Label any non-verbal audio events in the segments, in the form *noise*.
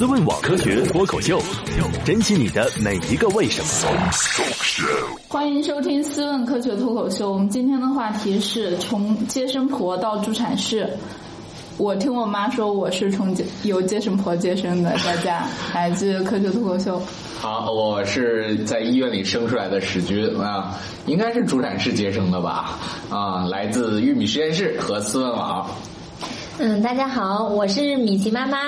思问网科学脱口秀，珍惜你的每一个为什么。欢迎收听《思问科学脱口秀》。我们今天的话题是从接生婆到助产士。我听我妈说我是从接由接生婆接生的，大家来自科学脱口秀。好，我是在医院里生出来的史军啊，应该是助产士接生的吧？啊，来自玉米实验室和思问网。嗯，大家好，我是米奇妈妈，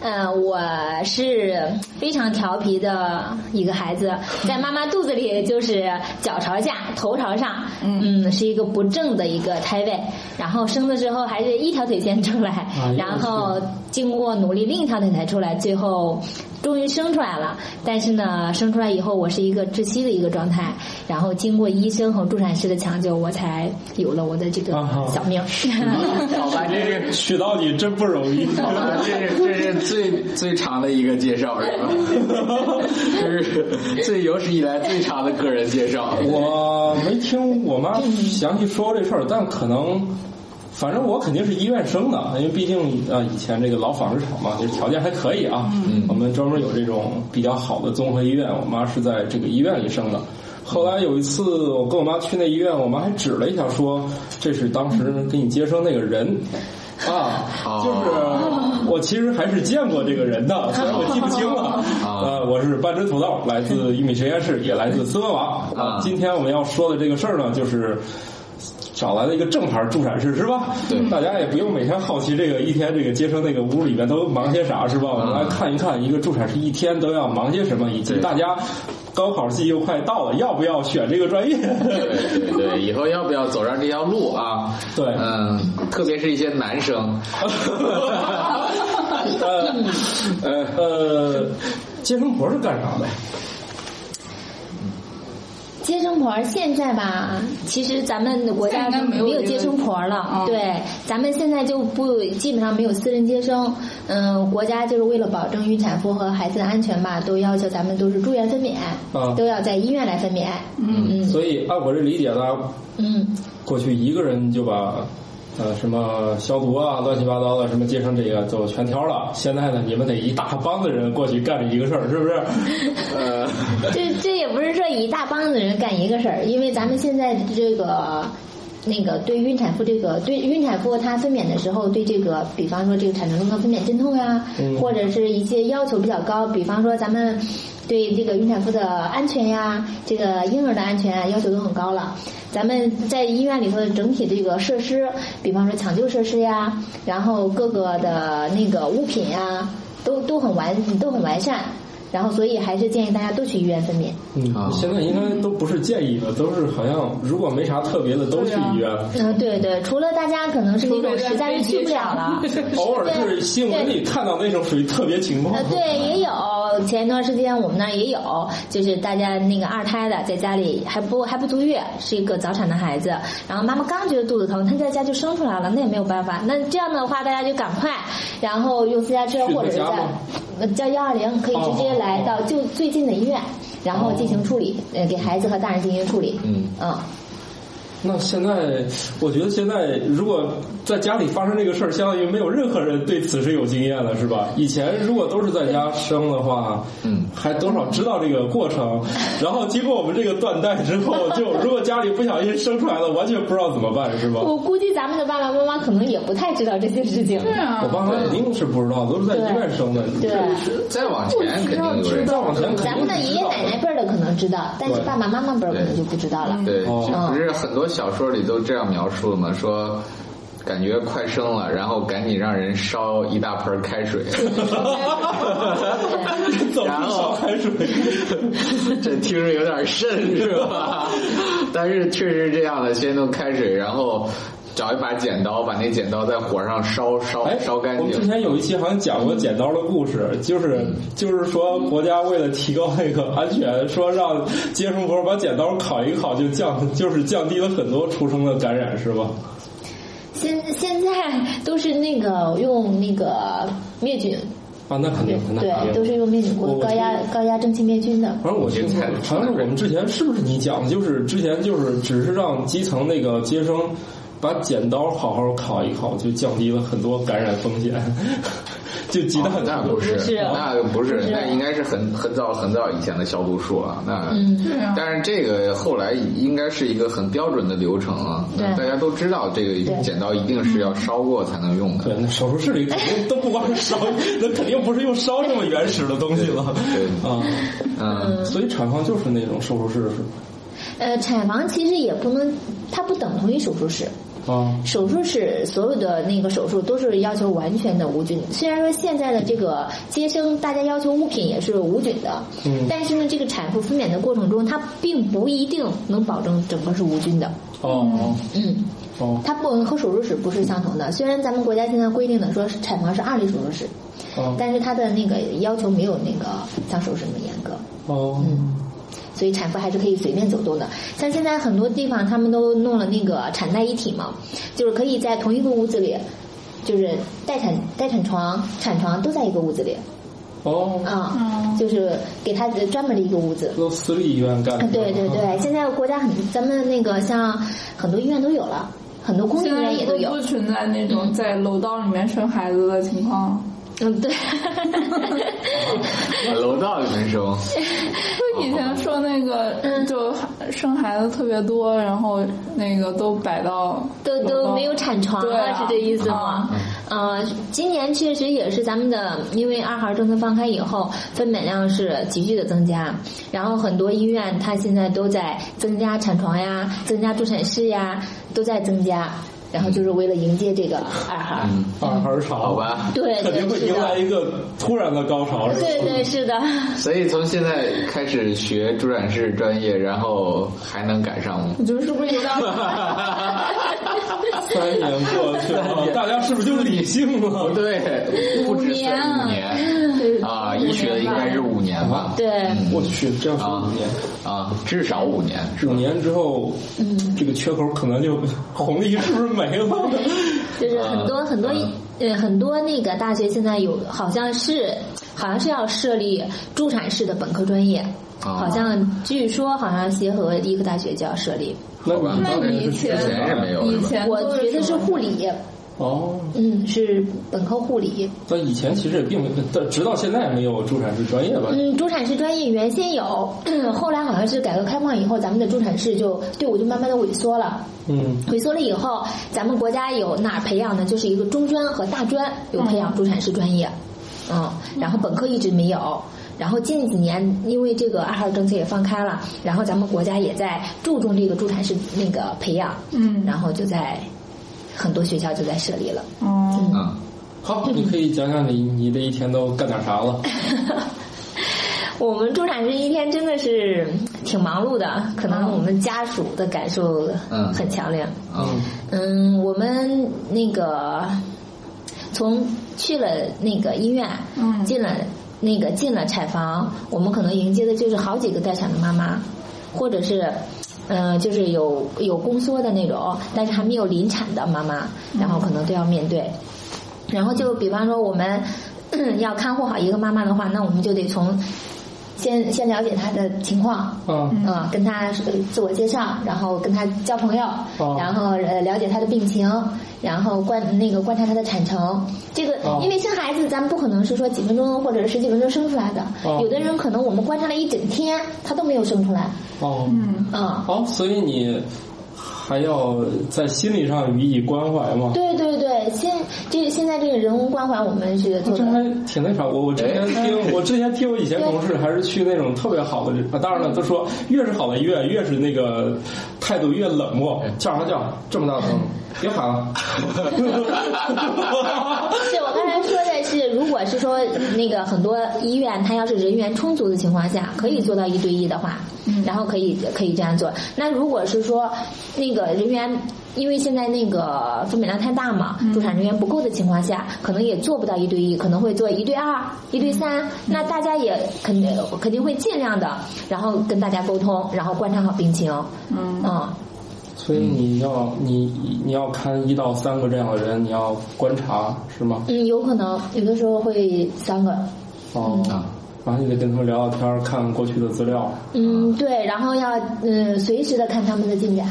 呃，我是非常调皮的一个孩子，在妈妈肚子里就是脚朝下，头朝上，嗯，是一个不正的一个胎位，然后生的时候还是一条腿先出来，然后经过努力另一条腿才出来，最后终于生出来了。但是呢，生出来以后我是一个窒息的一个状态，然后经过医生和助产士的抢救，我才有了我的这个啊小命。好吧，这是娶到你真不容易。好吧，这是这是最最长的一个介绍是吧？这是最有史以来最长的个人介绍。我没听我妈详细说过这事儿，但可能，反正我肯定是医院生的，因为毕竟啊，以前这个老纺织厂嘛，就是条件还可以啊。我们专门有这种比较好的综合医院，我妈是在这个医院里生的。后来有一次，我跟我妈去那医院，我妈还指了一下说：“这是当时给你接生那个人。”啊，就是我其实还是见过这个人的，虽然我记不清了。呃，我是半只土豆，来自玉米实验室，也来自斯文网。啊今天我们要说的这个事儿呢，就是。找来了一个正牌助产士是吧？对大家也不用每天好奇这个一天这个接生那个屋里面都忙些啥是吧？我们来看一看一个助产士一天都要忙些什么，以及对大家高考季又快到了，要不要选这个专业？对对对，以后要不要走上这条路啊？对嗯，特别是一些男生，呃呃呃，接生婆是干啥的？接生婆儿现在吧，其实咱们国家现在应该没有没有这个接生婆儿了，嗯对，咱们现在就不基本上没有私人接生。嗯，国家就是为了保证孕产妇和孩子的安全吧，都要求咱们都是住院分娩，嗯啊都要在医院来分娩。嗯所以按我这理解呢，嗯过去一个人就把呃什么消毒啊、乱七八糟的什么接生这个就全挑了。现在呢，你们得一大帮子人过去干这一个事儿，是不是？呃，嗯，这这也不是说一大帮子人干一个事儿，因为咱们现在这个。那个对孕产妇这个对孕产妇她分娩的时候对这个，比方说这个产程中的分娩阵痛呀、嗯或者是一些要求比较高，比方说咱们对这个孕产妇的安全呀，这个婴儿的安全啊要求都很高了。咱们在医院里头的整体这个设施，比方说抢救设施呀，然后各个的那个物品呀，都都很完都很完善。然后，所以还是建议大家都去医院分娩。啊嗯，现在应该都不是建议了，都是好像如果没啥特别的都去医院，嗯，对对，除了大家可能是那种实在是去不了了，偶尔是新闻里看到那种属于特别情况啊呃，。对，也有。前一段时间我们那儿也有，就是大家那个二胎的，在家里还不还不足月，是一个早产的孩子，然后妈妈刚觉得肚子疼，她在家就生出来了，那也没有办法。那这样的话，大家就赶快，然后用私家车去或者是你家在吗哦呃叫幺二零，可以直接来到就最近的医院，然后进行处理，呃，给孩子和大人进行处理。嗯嗯。那现在，我觉得现在如果在家里发生这个事儿，相当于没有任何人对此是有经验的，是吧？以前如果都是在家生的话，嗯，还多少知道这个过程，然后经过我们这个断代之后，就如果家里不小心生出来了，完全不知道怎么办，是吧？我估计咱们的爸爸妈妈可能也不太知道这些事情。对啊我，爸妈肯定是不知道，都是在医院生的。对，再往前肯定有人。再往前肯定咱们的爷爷奶奶辈儿的可能知道，但是对爸爸妈妈辈儿可能就不知道了。对，哦是不是很多小说里都这样描述嘛？说感觉快生了，然后赶紧让人烧一大盆开水， *laughs* 总是烧开水。 *laughs* 这听着有点瘆是吧？但是确实是这样的，先弄开水，然后找一把剪刀，把那剪刀在火上烧烧哎，烧干我们之净。前有一期好像讲过剪刀的故事，就是就是说国家为了提高那个安全，说让接生婆把剪刀烤一烤，就降 *laughs* 就是降低了很多出生的感染，是吧？现现在都是那个用那个灭菌，啊，那肯定，那肯对，都定。是用灭菌锅我我高压高压蒸汽灭菌的。反正我听说，好像是我们之前是不是你讲，就是之前就是只是让基层那个接生把剪刀好好烤一烤，就降低了很多感染风险。 *laughs* 就鸡蛋、哦那不是，是啊那不是不，是那应该是很很早很早以前的消毒术啊。那，嗯对啊但是这个后来应该是一个很标准的流程啊。对大家都知道这个对剪刀一定是要烧过才能用的。对，那手术室里肯定都不光是烧， *laughs* 那肯定不是用烧这么原始的东西了对啊。嗯，所以产房就是那种手术室是呃，产房其实也不能，它不等同于手术室。吧啊，手术室所有的那个手术都是要求完全的无菌。虽然说现在的这个接生，大家要求物品也是无菌的，嗯但是呢，这个产妇分娩的过程中，它并不一定能保证整个是无菌的。哦嗯，哦它不和手术室不是相同的。虽然咱们国家现在规定的说是产房是二类手术室，哦但是它的那个要求没有那个像手术室那么严格。哦，所以产妇还是可以随便走动的。像现在很多地方他们都弄了那个产带一体嘛，就是可以在同一个屋子里，就是待产待产床、产床都在一个屋子里哦，啊、嗯就是给他专门的一个屋子。都私立医院干的啊，，对对对，现在国家很，咱们那个像很多医院都有了，很多公立医现在院也都有不。存在那种在楼道里面生孩子的情况。*laughs* 嗯，对。楼道里面生，啊就以前说那个，就生孩子特别多，然后那个都摆到都楼都道没有产床对了，啊是这意思吗？呃，今年确实也是咱们的，因为二孩政策放开以后，分娩量是急剧的增加，然后很多医院它现在都在增加产床呀，增加助产士呀，都在增加，然后就是为了迎接这个二孩。二孩潮，好吧对嗯肯定会迎来一个突然的高潮，是吧对对，是的，所以从现在开始学助产士专业，然后还能赶上吗？我觉得是不是有 *laughs* 点 *laughs* 三年过去了，啊大家是不是就理性不了？对，不止五年三五年啊，医学应该是五年吧？对，我去，这样说啊五年，啊，至少五年是吧五？年之后，嗯这个缺口可能就红利是不是没了？ *laughs* 就是很多很多呃很多那个大学现在有好像是好像是要设立助产士的本科专业，啊好像据说好像协和医科大学就要设立，那吧你那当你年以是学前啥前是没有以是吧？前我都觉得是什么护理，哦，嗯，是本科护理，那以前其实也并没，但直到现在没有助产士专业吧？嗯，助产士专业原先有， *clears throat* 后来好像是改革开放以后，咱们的助产士就队伍就慢慢的萎缩了。嗯，萎缩了以后，咱们国家有哪儿培养呢？就是一个中专和大专有培养助产士专业，嗯，然后本科一直没有。然后近几年，因为这个二孩政策也放开了，然后咱们国家也在注重这个助产士那个培养，嗯然后就在很多学校就在设立了。哦，啊，好，你可以讲讲你你这一天都干点啥了？我们助产士一天真的是挺忙碌的，可能我们家属的感受嗯很强烈。嗯嗯，我们那个从去了那个医院，嗯进了那个进了产房，我们可能迎接的就是好几个待产的妈妈，或者是。呃，就是有有宫缩的那种，但是还没有临产的妈妈，然后可能都要面对。然后就比方说，我们 *clears throat* 要看护好一个妈妈的话，那我们就得从先先了解她的情况，啊，嗯，跟他呃自我介绍，然后跟他交朋友，哦然后呃了解他的病情，然后观那个观察他的产程。这个、哦因为生孩子，咱们不可能是说几分钟或者是十几分钟生出来的，哦有的人可能我们观察了一整天，他都没有生出来。哦，嗯，好，所以你还要在心理上予以关怀吗？对对对，现这现在这个人文关怀，我们是做这还的。挺那啥，我我之前听，我之前听我以前同事还是去那种特别好的，啊，当然了，都说越是好的医院，越是那个态度越冷漠，叫啥叫，这么大 *laughs* 声，别喊了。是我刚才说的是，如果是说那个很多医院，它要是人员充足的情况下，可以做到一对一的话，然后可以可以这样做。那如果是说那个人员，因为现在那个分娩量太大嘛，助产人员不够的情况下，可能也做不到一对一，可能会做一对二、一对三。那大家也肯定肯定会尽量的，然后跟大家沟通，然后观察好病情。嗯嗯，所以你要你你要看一到三个这样的人，你要观察是吗？嗯，有可能有的时候会三个。哦，然后你得跟他们聊聊天儿，看看过去的资料。呃嗯，对，然后要嗯随时的看他们的进展，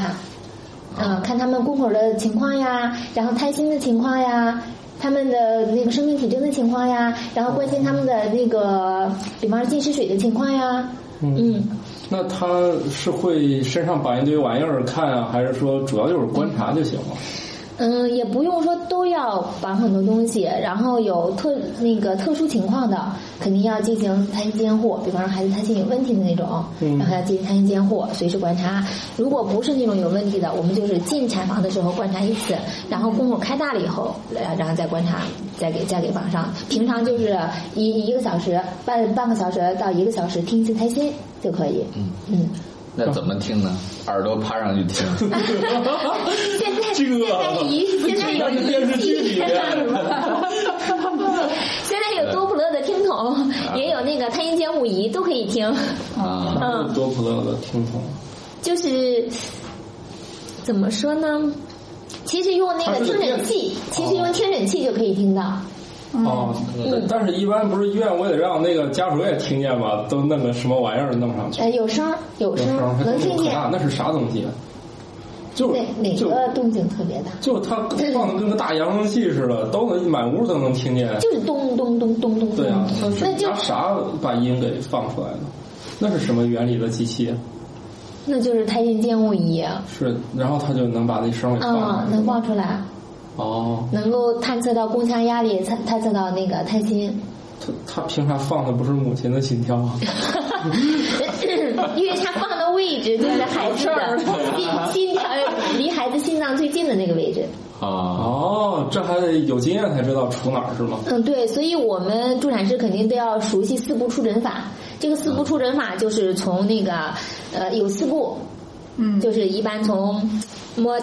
啊、看他们宫口的情况呀，然后胎心的情况呀。他们的那个生命体征的情况呀，然后关心他们的那个，比方说进食水的情况呀，嗯，那他是会身上绑一堆玩意儿看啊，还是说主要就是观察就行了？嗯，也不用说都要绑很多东西，然后有特那个特殊情况的，肯定要进行胎心监护，比方说孩子胎心有问题的那种，嗯然后要进行胎心监护，随时观察。如果不是那种有问题的，我们就是进产房的时候观察一次，然后宫口开大了以后，呃然后再观察，再给再给绑上。平常就是一一个小时半半个小时到一个小时听一次胎心就可以。嗯嗯，那怎么听呢？耳朵趴上去听，现在这现个在仪现在有是仪电视剧器里面。现在有多普勒的听筒，也有那个胎音监护仪，都可以听。啊，那是多普勒的听筒，就是怎么说呢？其实用那它个是听个诊电器，其实哦用听诊器就可以听到。嗯嗯哦，但是一般不是医院，我也得让那个家属也听见吧，都弄个什么玩意儿弄上去，呃，有声儿，有有声声儿儿还能动听静可见。大，那是啥东西啊？就哪哪就个动静特别大？就它放的跟个大扬声器似的，都能满屋都能听见。就是咚咚咚咚咚对啊咚，，它是那就拿啥把音给放出来的？那是什么原理的机器啊？那就是胎音监护仪，是，然后它就能把那声给放出来嗯，。能放出来，哦，能够探测到宫腔压力，探探测到那个胎心。它它凭啥放的不是母亲的心跳 *laughs* 啊？因为它放的位置就是孩子的 *laughs* 心心跳，离孩子心脏最近的那个位置。啊，哦，这还得有经验才知道杵哪儿是吗？嗯，对，所以我们助产师肯定都要熟悉四步出诊法。这个四步出诊法就是从那个呃有四步，嗯，就是一般从摸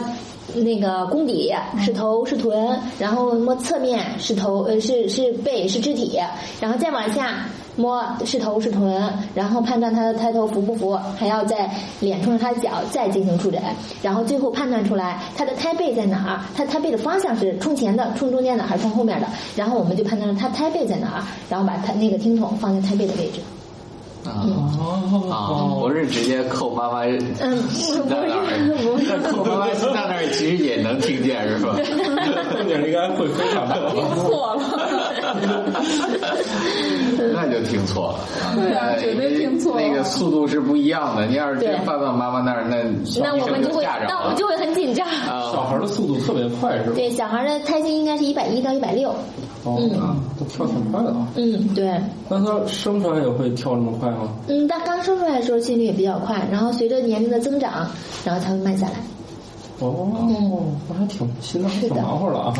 那个弓底是头是臀，然后摸侧面是头呃是是背是肢体，然后再往下摸是头是臀，然后判断他的胎头服不服，还要在脸冲着他的脚再进行触诊，然后最后判断出来他的胎背在哪儿，他胎背的方向是冲前的、冲中间的还是冲后面的，然后我们就判断他胎背在哪儿，然后把他那个听筒放在胎背的位置。哦啊，不是直接扣妈妈心脏嗯，不 *laughs* 那儿，是不是。那扣妈妈心脏那儿其实也能听见是吧？你应该会非常听好。错了。那就听错了，对啊绝对听错了那个速度是不一样的，你要是真对放到妈妈那儿，那那我们就会，吓着了那我们就会很紧张。 *laughs* 小啊，孩的速度特别快是吧？对，小孩的胎心应该是一百一到一百六。哦，那跳挺快的啊。嗯，对，那他生出来也会跳这么快吗？嗯，但刚生出来的时候心率也比较快，然后随着年龄的增长，然后才会慢下来。哦，那还挺心脏还挺忙活了啊。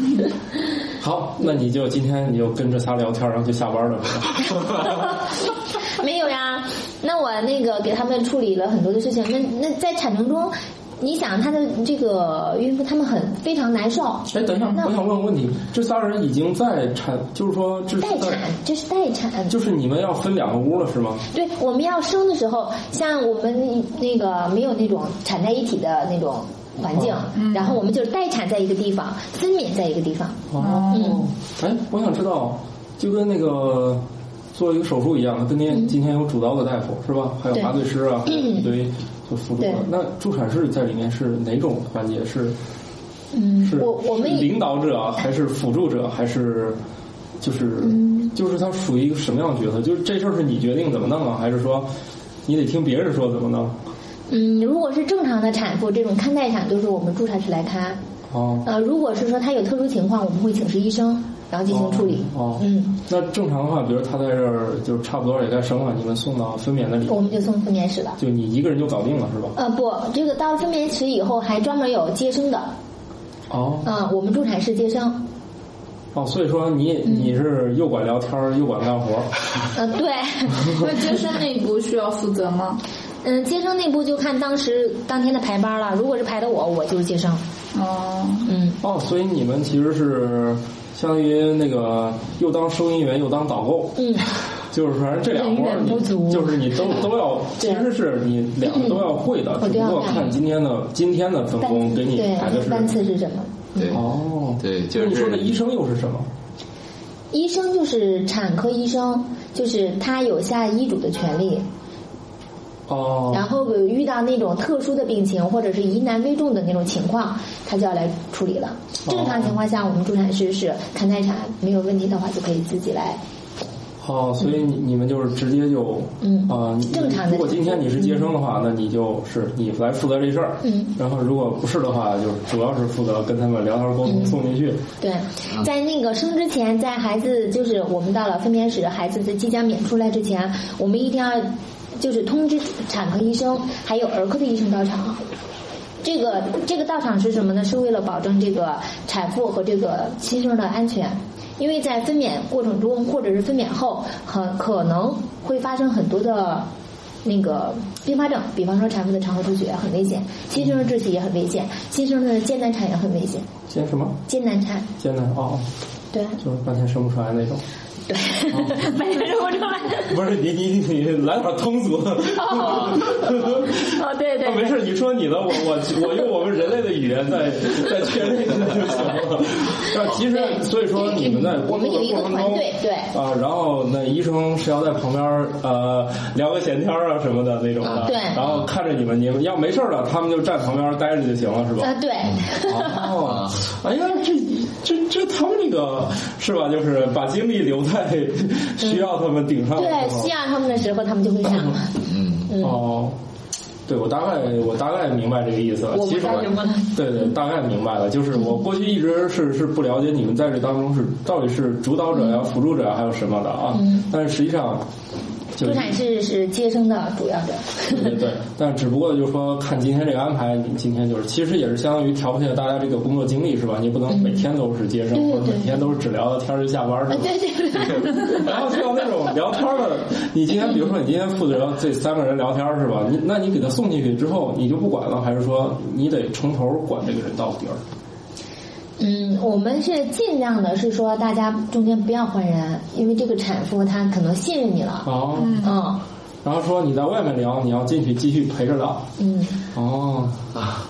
*laughs* 好，那你就今天你就跟这仨聊天，然后就下班了。没有呀， *laughs* 那我那个给他们处理了很多的事情。那那在产程中，你想他的这个孕妇，他们很非常难受， *laughs* 哎，等一下，那我想问个问题，这仨人已经在产，就是说这是待产在，这是待产。就是你们要分两个屋了是吗？对，我们要生的时候，像我们那个没有那种产在一体的那种环境，嗯然后我们就是待产在一个地方，分娩在一个地方。哦，哎，我想知道，就跟那个做一个手术一样，跟您今天有主刀的大夫是吧？还有嗯对麻醉师 *clears throat* 啊，还有一堆就辅助的对。那助产士在里面是哪种环节？是嗯是我我们是领导者啊还是辅助者还是？就是，嗯就是他属于一个什么样的角色？就是这事儿是你决定怎么弄啊，还是说你得听别人说怎么弄？嗯，如果是正常的产妇，这种看待产都是我们助产师来看。哦，呃，如果是说她有特殊情况，我们会请示医生，然后进行处理。哦，嗯，那正常的话，比如他在这儿就是差不多也该生了，你们送到分娩那里，我们就送分娩室了。就你一个人就搞定了是吧？呃，不，这个到了分娩室以后，还专门有接生的。哦嗯、我们助产士接生。哦，所以说你嗯你是又管聊天儿又管干活儿，呃，对，那接生那一步需要负责吗？嗯，接生那步就看当时当天的排班了。如果是排的我，我就是接生。哦，嗯，哦，所以你们其实是相当于那个又当收银员又当导购，嗯，就是反正这两活儿人员不足你就是你都都要，其实是你两个都要会的，我只都要不过干看今天的今天的分班工给你对排的是班次是什么？对哦，对，那就你说的是医生又是什么？医生就是产科医生，就是他有下医嘱的权利。哦，然后呃遇到那种特殊的病情或者是疑难危重的那种情况，他就要来处理了。正哦常情况下，我们助产师是看待产没有问题的话，就可以自己来。哦，所以你你们就是直接就，嗯啊，你正常的如果今天你是接生的话，那你就是你来负责这事儿，嗯，然后如果不是的话，就是主要是负责跟他们聊天沟嗯通，送进去，对，在那个生之前，在孩子就是我们到了分娩室，孩子在即将娩出来之前，我们一定要就是通知产科医生，还有儿科的医生到场。这个这个到场是什么呢？是为了保证这个产妇和这个新生的安全，因为在分娩过程中或者是分娩后，很可能会发生很多的那个并发症，比方说产妇的肠胃出血很危险，新生儿窒息也很危险，新生儿的艰难产也很危险，先什么艰难产艰难哦，对。就是半天生不出来那种， *laughs* 对，没认不出来。不是你你你来点通俗的， *laughs* *laughs* 哦，对对啊，没事，你说你的，我我我用我们人类的语言在在确认一下就行了。那其实对所以说你们在我们有一个团队对啊，然后那医生是要在旁边儿呃聊个闲天儿啊什么的那种的，对然后看着你们，你们要没事儿了，他们就站旁边儿待着就行了，是吧？ *laughs* 啊，对，哦，哎呀，这这这他们这个是吧？就是把精力留在需要他们顶上的时候，嗯对，需要他们的时候，他们就会上。嗯哦，对，我大概我大概明白这个意思了。我其们实干什么了？对对，大概明白了。就是我过去一直是是不了解你们在这当中是到底是主导者呀、辅助者呀，还有什么的啊。嗯但是实际上就助是。产士是接生的主要的。对 *laughs* 对对，但只不过就是说，看今天这个安排，你今天就是其实也是相当于调配了大家这个工作精力是吧？你不能每天都是接生，对对或者每天都是只聊到天儿就下班儿是吧？ *laughs* 对对 *laughs* 对。然后像那种聊天儿的，你今天比如说你今天负责这三个人聊天儿是吧？你那你给他送进去之后，你就不管了，还是说你得从头管这个人到底儿？嗯，我们是尽量的，是说大家中间不要换人，因为这个产妇她可能信任你了。哦，嗯然后说你在外面聊，你要进去继续陪着聊。嗯，哦，啊，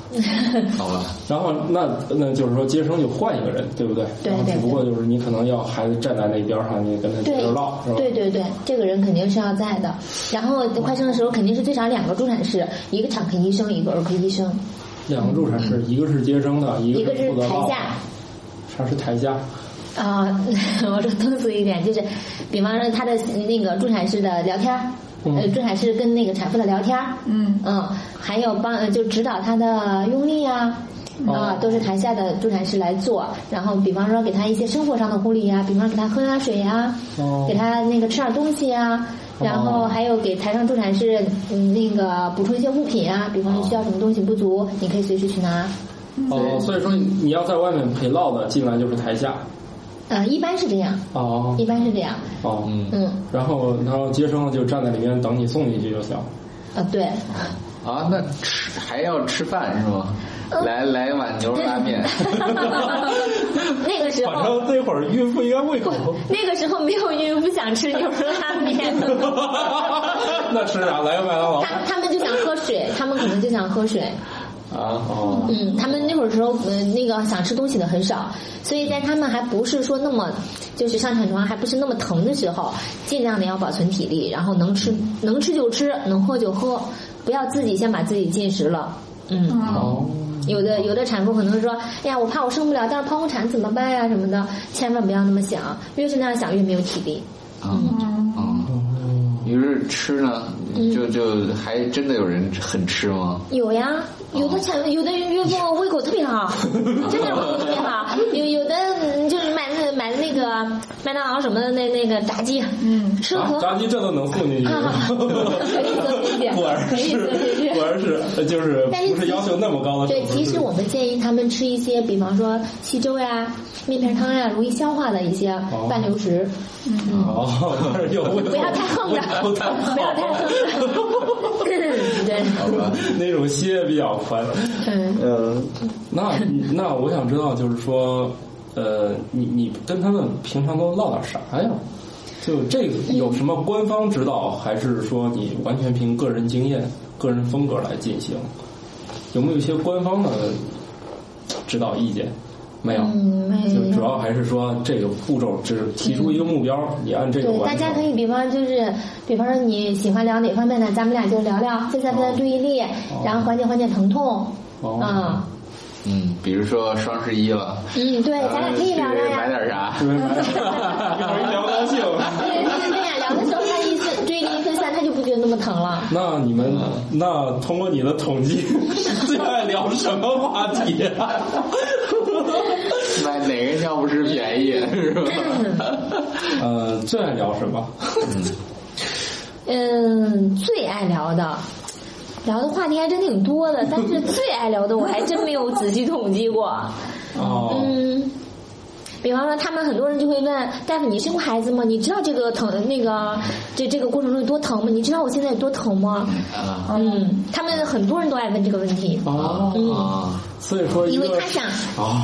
好吧，然后那那就是说接生就换一个人，对不对？对然后对只不过就是你可能要孩子站在那边儿上，你跟他接对着唠，是吧？对对对，这个人肯定是要在的。然后快生的时候肯定是最少两个助产士，一个产科医生，一个儿科医生，两个助产士，一个是接生的，一嗯一个是是负责台唠的下。。啥是台下？啊、 *laughs* 我说通俗一点，就是比方说他的那个助产士的聊天儿，嗯呃，助产士跟那个产妇的聊天儿，嗯嗯，还有帮呃就指导他的用力啊。啊、哦都是台下的助产士来做，然后比方说给他一些生活上的护理啊，比方给他喝点水呀、哦给他那个吃点东西啊，然后哦还有给台上助产士嗯那个补充一些物品啊，比方说需要什么东西不足，你可以随时去拿。哦，所以说你要在外面陪唠的，进来就是台下。呃，一般是这样，哦一般是这样，哦，嗯嗯，然后然后接生了就站在里面等你送进去就行。啊、对。啊，那吃还要吃饭是吗？来来碗牛肉拉面， *laughs* 那个时候，那会儿孕妇应该胃 *laughs* 口。那个时候没有孕妇想吃牛肉拉面，那吃啥？来个麦当劳。他他们就想喝水，他们可能就想喝水。啊，哦嗯，他们那会儿时候，嗯、那个想吃东西的很少，所以在他们还不是说那么，就是上产啊床还不是那么疼的时候，尽量的要保存体力，然后能吃能吃就吃，能喝就喝，不要自己先把自己进食了。嗯，哦有的有的产妇可能说，哎呀，我怕我生不了，但是剖宫产怎么办呀、什么的，千万不要那么想，越是那样想越没有体力。嗯，于是吃呢，就就还真的有人很吃吗？有呀，有的产有的孕妇胃口特别好，真的胃口特别好。有有的嗯就是买那买那个麦当劳什么的那那个炸鸡，嗯，吃啊和，炸鸡这都能送进去， *laughs* 啊可以做这些果然是可以做这些果然是呃就是但是不是其要求那么高的对，手术其实是我们建议他们吃一些，比方说稀粥呀、面片汤呀，容易消化的一些半流食， *laughs* 哦，但是又不不要太横着，不太好 *laughs* 不要太横着。 *laughs* 对，那种心也比较宽。嗯，呃， *laughs* 那那我想知道，就是说，呃，你你跟他们平常都唠点啥呀？就这个有什么官方指导，还是说你完全凭个人经验、个人风格来进行？有没有一些官方的指导意见？没有，嗯没有就主要还是说这个步骤，只提出一个目标，你按这个对，大完成。家可以比方就是，比方说你喜欢聊哪方面的，咱们俩就聊聊，分散分散注意力，然后缓解缓解疼痛。哦啊，嗯，比如说双十一了，嗯，对，咱俩可以聊聊呃去买呀。点啥？ *laughs* 对，买一会儿一聊高兴。对，就是那样聊的时候，他一分注意力一分散，他就不觉得那么疼 *laughs* 了。那你们啊那通过你的统计，最爱聊什么话题、啊？ *laughs* *laughs* 买哪个尿不湿便宜 *laughs* 是吧？呃，最爱聊什么？嗯，最爱聊的，聊的话题还真挺多的，但是最爱聊的我还真没有仔细统计过。哦，嗯，比方说，他们很多人就会问大夫：“你生过孩子吗？你知道这个疼那个这这个过程中有多疼吗？你知道我现在有多疼吗啊？”嗯，他们很多人都爱问这个问题，哦，啊，所以说一因个为他想。哦，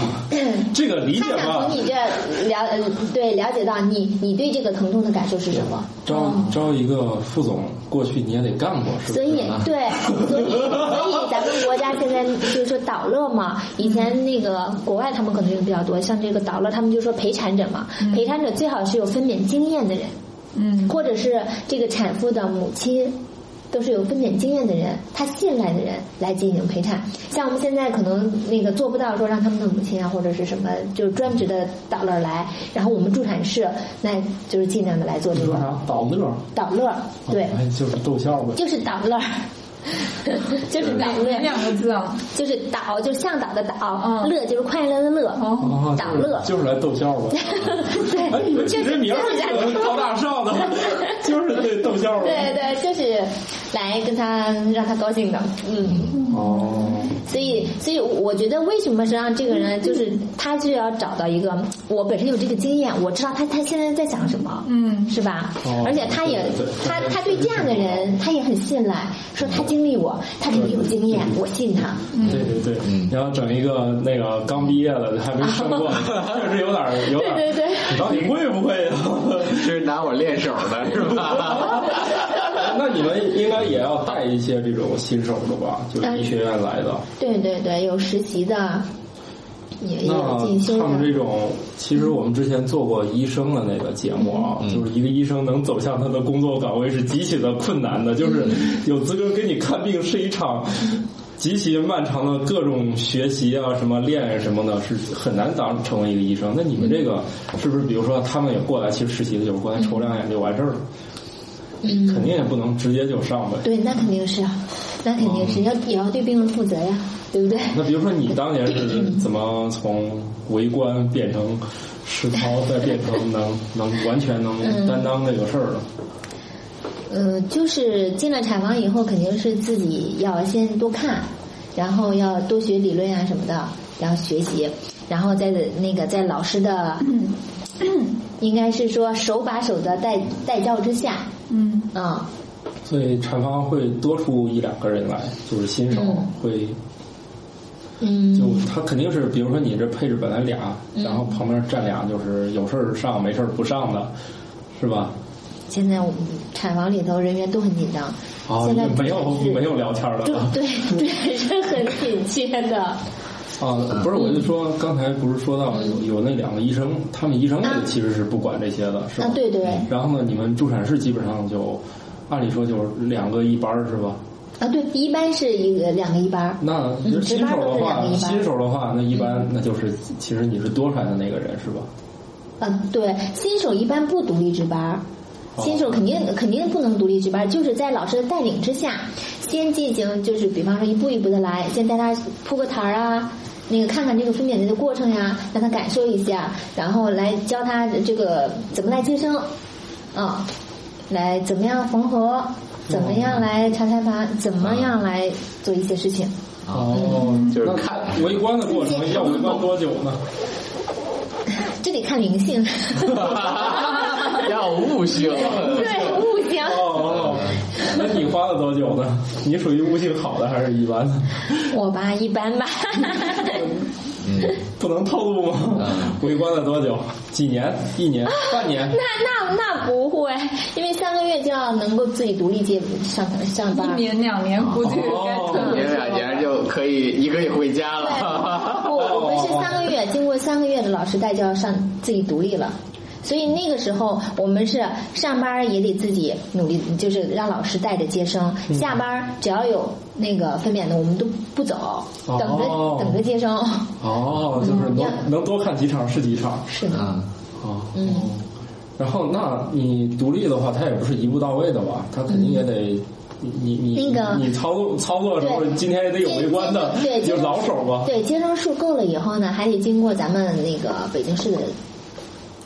这个理解他想吧从。你这了呃对了解到你你对这个疼痛的感受是什么，招嗯招一个副总，过去你也得干过，是不所是？以对，所以所以咱们国家现在就是说导乐嘛，以前那个国外他们可能用比较多，像这个导乐他们就说陪产者嘛，嗯陪产者最好是有分娩经验的人，嗯或者是这个产妇的母亲，都是有分娩经验的人，他信赖的人来进行陪产。像我们现在可能那个做不到说让他们的母亲啊或者是什么就是专职的导乐来，然后我们助产士那就是尽量的来做这你说个啥？导乐？导乐，对，哎就是逗笑呗。就是导乐。就是导哪乐，两个字啊？就是导，就是向导的导，嗯乐就是快乐的乐，哦，哦导乐就是来逗笑 *laughs* 呗。哎，对，你们就起是这名儿就是咱挺高大 *laughs* 上的，就是对逗笑呗。对对，就是来跟他让他高兴的，嗯，哦，所以所以我觉得为什么是让这个人，就是他就要找到一个，我本身有这个经验，我知道他他现在在想什么，嗯是吧？哦而且他也对对对他他对这样的人他也很信赖，说他经历过，他肯定有经嗯验，我信他。对对对，你要整一个那个刚毕业的还没生过，确实有点儿有点儿。对对对你到底会不会 *laughs* 呀？是拿我练手的是吧？ *laughs* 那你们应该也要带一些这种新手的吧？就是医学院来的，对对对，有实习的，也也有那进修他们的。这种，其实我们之前做过医生的那个节目啊，就是一个医生能走向他的工作岗位是极其的困难的，就是嗯有资格给你看病是一场极其漫长的各种学习啊、什么练什么的，是很难当成为一个医生。那你们这个是不是，比如说他们也过来，其实实习的就是嗯过来瞅两眼就完事儿了？肯定也不能直接就上呗。对，那肯定是啊，那肯定哦是要也要对病人负责呀，对不对？那比如说你当年是怎么从为官变成实操，再变成能能完全能担当这个事儿的？嗯，就是进了产房以后，肯定是自己要先多看，然后要多学理论啊什么的，然后学习，然后在那个在老师的，应该是说手把手的带带教之下，嗯啊、所以产房会多出一两个人来，就是新手嗯会嗯，就他肯定是，比如说你这配置本来俩，然后旁边站俩，就是有事儿上，没事儿不上的，是吧？现在我们产房里头人员都很紧张，啊现在，没有是没有聊天的啊对了。对对，是很紧缺的。啊，不是，我就说刚才不是说到有有那两个医生，他们医生啊其实是不管这些的，是啊，吧？对对，然后呢，你们助产士基本上就，按理说就是两个一班儿是吧？啊对，一般是一个两个一班儿。那嗯新值手的班话都是两个，一班嗯新手的话，那一般那就是其实你是多出来的那个人是吧？啊，对，新手一般不独立值班儿。哦新手肯定肯定不能独立值班儿，就是在老师的带领之下，先进行就是比方说一步一步的来，先带他铺个台儿啊，那个看看这个分娩的过程呀，让他感受一下，然后来教他这个怎么来接生，啊，来怎么样缝合，怎么样来查胎盘，怎么样来做一些事情。哦，嗯就是那看围观的过程要围观多久 *laughs* 呢？这得看灵性，要悟性，对，悟性。哦，那你花了多久呢？你属于悟性好的还是一般的？我吧，一般吧。不能透露吗？嗯围观了多久？几年？一年？啊半年 *laughs* 那？那那不会，因为三个月就要能够自己独立接上上班一儿。年两年估计哦该特啊你别们两年就可以一个也回家了。我哦我们是三个月，经过三个月的老师带就要上自己独立了，所以那个时候我们是上班儿也得自己努力，就是让老师带着接生，下班儿只要有那个分娩的我们都不走，等哦着等着接生。哦，就是嗯能能多看几场是几场是 *laughs* 的，嗯，哦。然后，那你独立的话，它也不是一步到位的吧？它肯定也得。你你嗯那个你操作操作的时候，对今天也得有围观的，对，有接生老手吧？对，接生数够了以后呢，还得经过咱们那个北京市的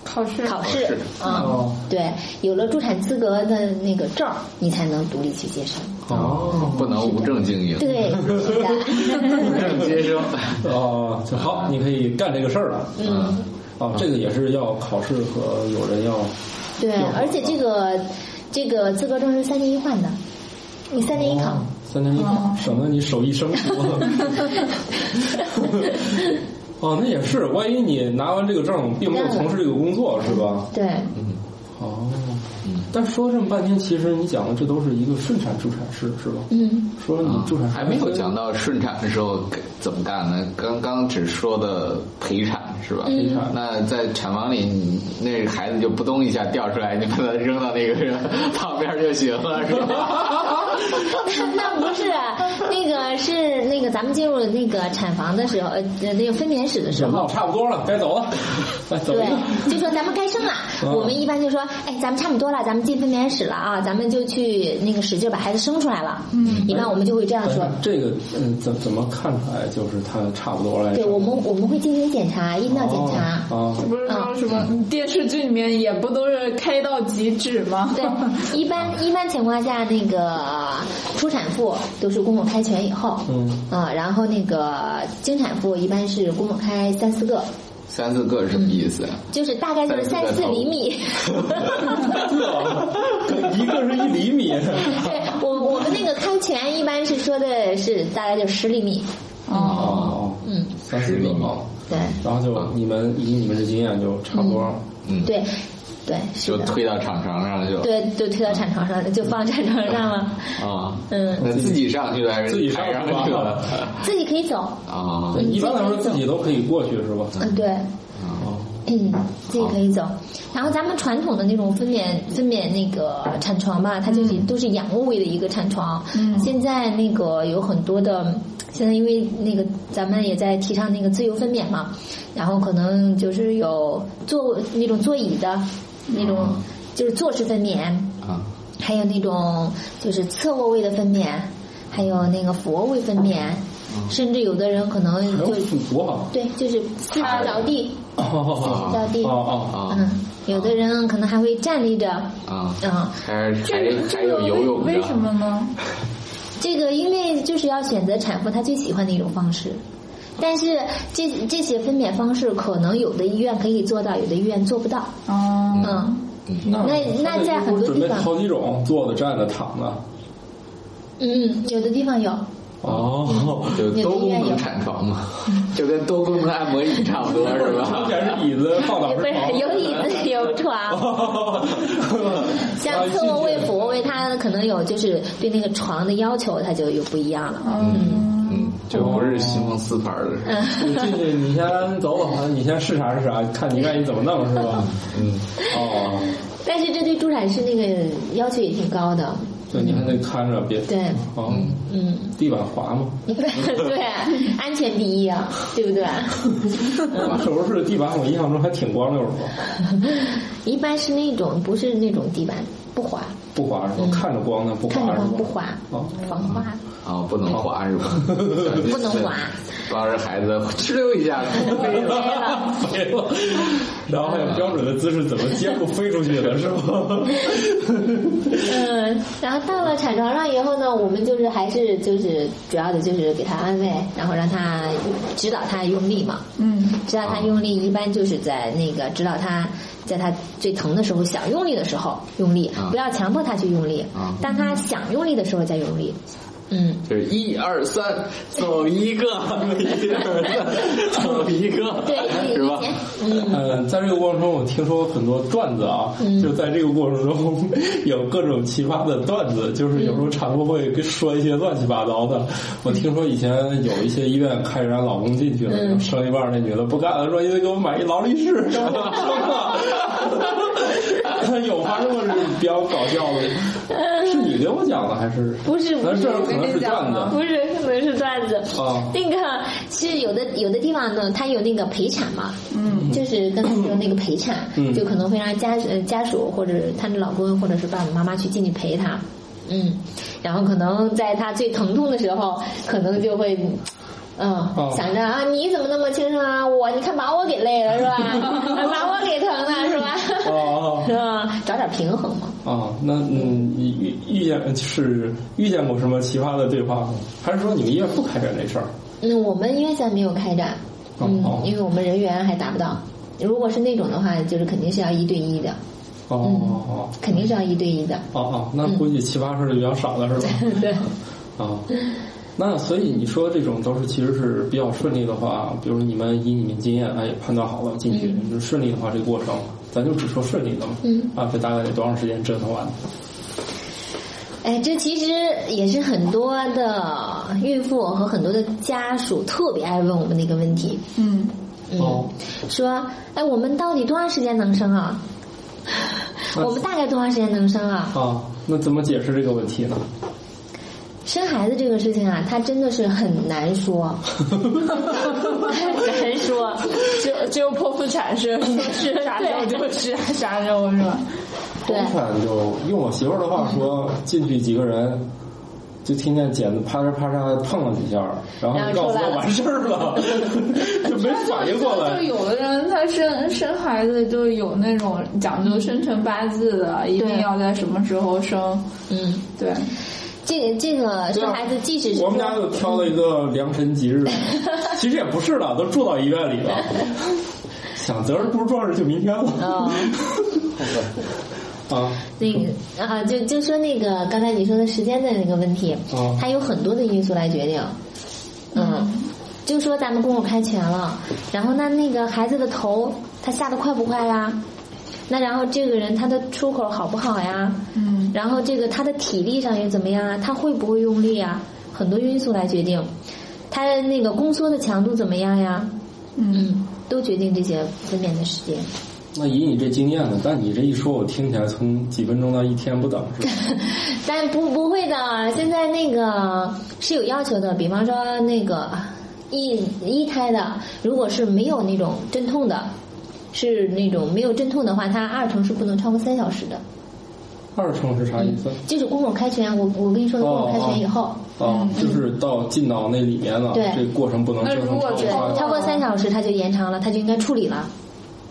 考试考试试啊、哦对，有了助产资格的那个证儿，你才能独立去接生。嗯哦不能无证经营，对，是的，无证接生。哦，就好，你可以干这个事儿了。嗯。哦，这个也是要考试和有人要对有，而且这个这个资格证是三年一换的，你三年一嗯考。哦三年一考，省得你手艺 *laughs* 生疏。哦，那也是，万一你拿完这个证，并没有从事这个工作，是吧？对，哦，但说这么半天，其实你讲的这都是一个顺产助产士，是吧？嗯， *laughs* 说你助产士还没有讲到顺产的时候该怎么干呢？刚刚只说的陪产是吧？陪产那在产房里，你那孩子就扑通一下掉出来，你把他扔到那个旁边就行了，是吧？那不是那个是那个咱们进入那个产房的时候，呃，那个分娩室的时行候。了，差不多了，该走了， *laughs* 哎，走对啊一个。，就说咱们该生了，我们一般就说，哎，咱们差不多了，咱们进分娩室了啊，咱们就去那个使劲把孩子生出来了。嗯，一般我们就会这样哎说。这个嗯，怎怎么看出来就是他差不多了？嗯对我们，我们会进行检查，阴道检查。哦不是说什么电视剧里面也不都是开到极致吗？对，一般一般情况下，那个初产妇都是宫口开全以后，嗯啊、然后那个经产妇一般是宫口开三四个，三四个是什么意思啊？就是大概就是三三四四个头厘米。哦， *laughs* 一个是一厘米。对我我们那个开全一般是说的是大概就十厘米，哦，哦，嗯，三十厘米。对然后就你们以你们的经验就差不多，嗯，对对是就的，推到厂房上就对就推到产床上，就放产床上了，啊，嗯，那自己上去还是自己上抬上去吧去了自己可以走，啊对，？一般来说自己都可以过去是吧？嗯，对。哦，嗯，自己可以走。然后咱们传统的那种分娩分娩那个产床吧，它就是嗯都是仰卧位的一个产床。嗯，现在那个有很多的，现在因为那个咱们也在提倡那个自由分娩嘛，然后可能就是有坐那种座椅的那种，嗯就是坐式分娩，啊，还有那种就是侧卧位的分娩，还有那个俯卧位分娩，甚至有的人可能嗯还有就辅啊，对就是四肢着地。哦着地，哦啊嗯，有的人可能还会站立着，啊，嗯，还是还这个还这有个游泳的，为为什么呢？这个因为就是要选择产妇她最喜欢的一种方式，但是这这些分娩方式可能有的医院可以做到，有的医院做不到，哦，嗯，那那那在很多地方准备好几种，坐的、站的、躺的。嗯，有的地方有，哦，就你的多医功院有能产床嘛，就跟多功能按摩椅差不多是吧之？前是椅子，放倒不是床。有椅子有床，像侧卧位、俯卧位，它可能有就是对那个床的要求，它就有不一样了。嗯，就不是西蒙斯牌儿的是吧，嗯你进去，你先走走，你先试啥试啥，看你愿意怎么弄是吧？嗯，哦，但是这对助产士那个要求也挺高的，对，你还得看着别。对，哦，嗯。地板滑吗？ *laughs* 对，安全第一啊，对不对？手术室的地板我印象中还挺光溜的， *laughs* 一般是那种不是那种地板不滑，不滑是吧？看着光的不看滑着是光吧？不滑哦，防滑。啊，不能滑是吧？不能 *laughs* 滑，抱着孩子哧溜一下 *laughs* 飞了。飞了，然后还有标准的姿势，怎么接不飞出去了是 *laughs* 吧？嗯，然后到了产床上以后呢，我们就是还是就是主要的就是给他安慰，然后让他指导他用力嘛。嗯，指导他用力，一般就是在那个指导他，在他最疼的时候想用力的时候用力啊，不要强迫他去用力啊。当他想用力的时候再用力。嗯，就是一二三，走一 *laughs* 个，一二三，走一个， *laughs* 对，是吧？以前嗯，呃，在这个过程中，我听说很多段子啊，就在这个过程中有各种奇葩的段子，就是嗯有时候产妇会跟说一些乱七八糟的。我听说以前有一些医院看着让老公进去了，嗯生一半儿那女的不干了，说你得给我买一劳 *laughs* 力士，让我生了。有发生过这种比较搞笑的，是你给我讲的还是？不是不那是这可能是段子不是，可能是段子。啊那个是有的，有的地方呢，它有那个陪产嘛，嗯，就是跟有那个陪产，嗯就可能会让家呃家属或者她的老公或者是爸爸妈妈去进去陪她，嗯，然后可能在她最疼痛的时候，可能就会。嗯，哦想着啊，你怎么那么轻松啊？我你看把我给累了是吧？把我给疼了是吧？哦哦是吧？找点平衡嘛。啊，那嗯，你遇遇见 *laughs* 是遇见过什么奇葩的对话吗？还是说你们医院不开展这事儿？嗯，我们因为咱没有开展，哦嗯哦，因为我们人员还达不到。如果是那种的话，就是肯定是要一对一的，哦嗯哦肯定是要一对一的。哦哦，那估计奇葩事儿就比较少了，是吧？ *laughs* 对，啊，那所以你说这种都是其实是比较顺利的话，比如你们以你们经验，哎，判断好了进去、就顺利的话，这个过程咱就只说顺利的嘛。嗯啊，这大概得多长时间折腾完？哎，这其实也是很多的孕妇和很多的家属特别爱问我们的一个问题，嗯，嗯，哦说，哎，我们到底多长时间能生啊？ *laughs* 我们大概多长时间能生啊？啊，那怎么解释这个问题呢？生孩子这个事情啊，它真的是很难 *laughs* 说， *laughs* 很难说。只有只有剖腹产是是啥时候就是啥时候是吧？对通常就用我媳妇儿的话说，进去几个人，就听见剪子啪嚓啪嚓碰了几下，然后然后告出诉来我了完事儿了， *laughs* 就没反应过就来。有的人他生生孩子就有那种讲究生辰八字的，一定要在什么时候生。嗯，对，这个这个生孩子，即使是啊我们家就挑了一个良辰吉日，其实也不是的，都住到医院里了。想择日不如撞日，就明天了。哦啊，那个啊，就就说那个刚才你说的时间的那个问题，哦它有很多的因素来决定。嗯，就说咱们公公开全了，然后那那个孩子的头他下的快不快呀？那然后这个人他的出口好不好呀？嗯，然后这个他的体力上又怎么样啊？他会不会用力啊？很多因素来决定，他的那个宫缩的强度怎么样呀？嗯，嗯，都决定这些分娩的时间。那以你这经验呢？但你这一说，我听起来从几分钟到一天不等，是吧？ *laughs* 但不不会的，现在那个是有要求的，比方说那个一一胎的，如果是没有那种阵痛的，是那种没有阵痛的话，它二程是不能超过三小时的。二乘是啥意思？就是公公开全，我我跟哦你说的公公开全以后，啊，就是到进到那里面了，对这个过程不能折那如腾果超觉过得八哦对，小时超过三小时它就延长了，它就应该处理了。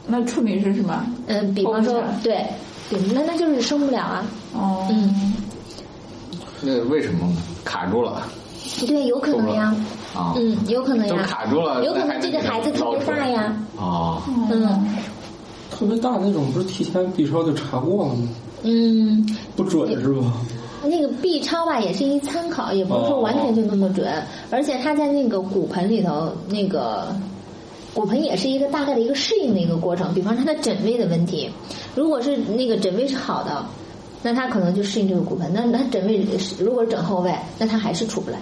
那处理是什么？嗯，比方剖说哦啊腹产对，对，那那就是生不了啊。哦，嗯，那为什么呢？卡住了对，有可能呀。啊？嗯，有可能都呀。卡住了，有可那还能这个孩子给特别大呀。捞出来。哦，嗯特别大那种，不是提前 B 超就查过了吗？嗯。不准是吧？那个 B 超吧，也是一参考，也不是说完全就那么准，而且它在那个骨盆里头，那个骨盆也是一个大概的一个适应的一个过程。比方说它的枕位的问题，如果是那个枕位是好的，那它可能就适应这个骨盆；那那枕位是如果是枕后位，那它还是出不来。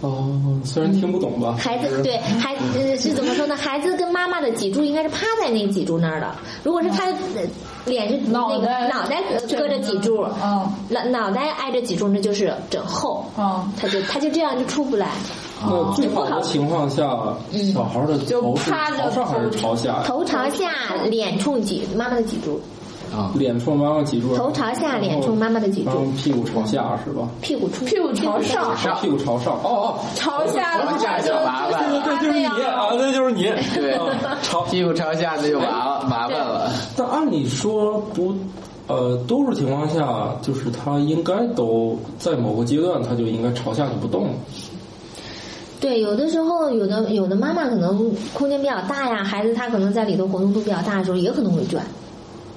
哦，虽然听不懂吧，嗯孩但子是 *laughs* 对孩子呃是怎么说呢？孩子跟妈妈的脊柱应该是趴在那个脊柱那儿的。如果是他呃脸是那脑个袋脑袋搁着脊柱，嗯脑脑袋挨着脊柱，那就是枕后。嗯，他就他就这样就出不来，啊那最好的情况下，嗯小孩的头是朝上还是朝下？头朝下，脸冲脊妈妈的脊柱，啊，脸冲妈妈脊柱，头朝下，脸冲妈妈的脊然后柱，屁股朝下是吧？屁股冲屁股朝上，上屁股朝上，哦哦，朝下的朝话下就小娃娃哦就是对，就是你啊，那就是你。对 *laughs* 啊朝。屁股朝下那就麻麻烦了。但按理说不，呃，多数情况下就是他应该都在某个阶段，他就应该朝下就不动了。对，有的时候有的有的妈妈可能空间比较大呀，孩子他可能在里头活动度比较大的时候，也可能会转。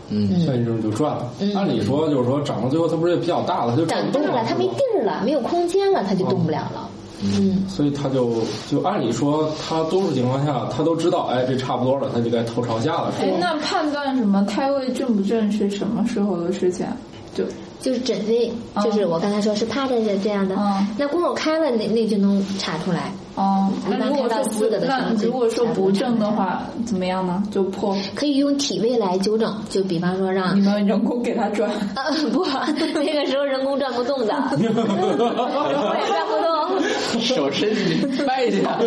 嗯算一阵就赚了。按理说就是说长到最后它不是也比较大了，它就转长不大动嗯了，它没地儿了，没有空间了，它就动不了了。嗯，所以他就就按理说，他多数情况下他都知道，哎，这差不多了，他就该头朝下了。哎，那判断什么胎位正不正是什么时候的事情啊？就就是枕位，嗯就是我刚才说是趴着的这样的嗯，那宫口开了，那那就能查出来。哦，一那般如果看到说四个不，的时那候就如果说不正的话，怎么样呢？就破，可以用体位来纠正，就比方说让你们人工给它转。呃，嗯 *laughs* 不，那个时候人工转不动的， *laughs* 人 *laughs* 工也转不动，手伸进去掰一 *laughs* 下。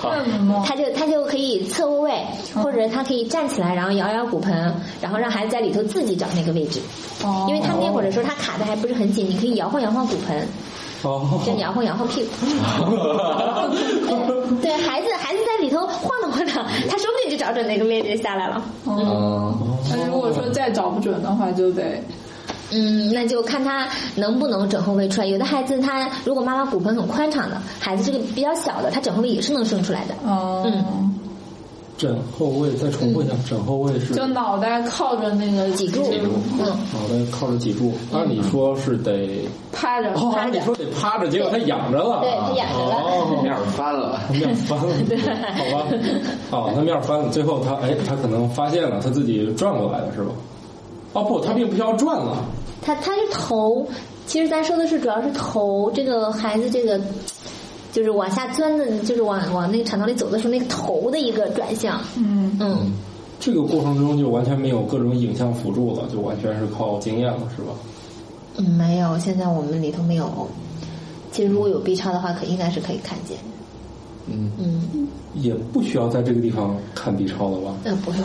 好，他就他就可以侧卧位，或者他可以站起来，然后摇摇骨盆，然后让孩子在里头自己找那个位置，哦，因为他那会儿的时候他卡的还不是很紧，你可以摇晃摇晃骨盆， *laughs* 哦，就你摇晃摇晃屁 *laughs* 股。对对，孩子孩子在里头晃荡晃荡，他说不定就找准那个位置下来了。嗯，那哎如果说再找不准的话，就得嗯，那就看他能不能枕后位出来。有的孩子他如果妈妈骨盆很宽敞的，孩子这个比较小的，他枕后位也是能生出来的。嗯，枕后位，再重复一下，枕后位是就脑袋靠着那个脊柱，嗯，脑袋靠着脊柱，按理说是得，趴着，哦，按理说得趴着，结果他仰着了，对，他仰着了。哦，面儿翻了。面翻了，好吧，哦，他面翻了，最后他哎，他可能发现了他自己转过来了，是吧？哦不，他并不需要转了，他他是头，其实咱说的是主要是头，这个孩子这个就是往下钻的，就是往往那个产道里走的时候，那个头的一个转向。嗯，嗯，这个过程中就完全没有各种影像辅助了，就完全是靠经验了，是吧？嗯没有，现在我们里头没有。其实如果有 B 超的话，可应该是可以看见的。嗯，嗯，也不需要在这个地方看 B 超了吧？呃，不用，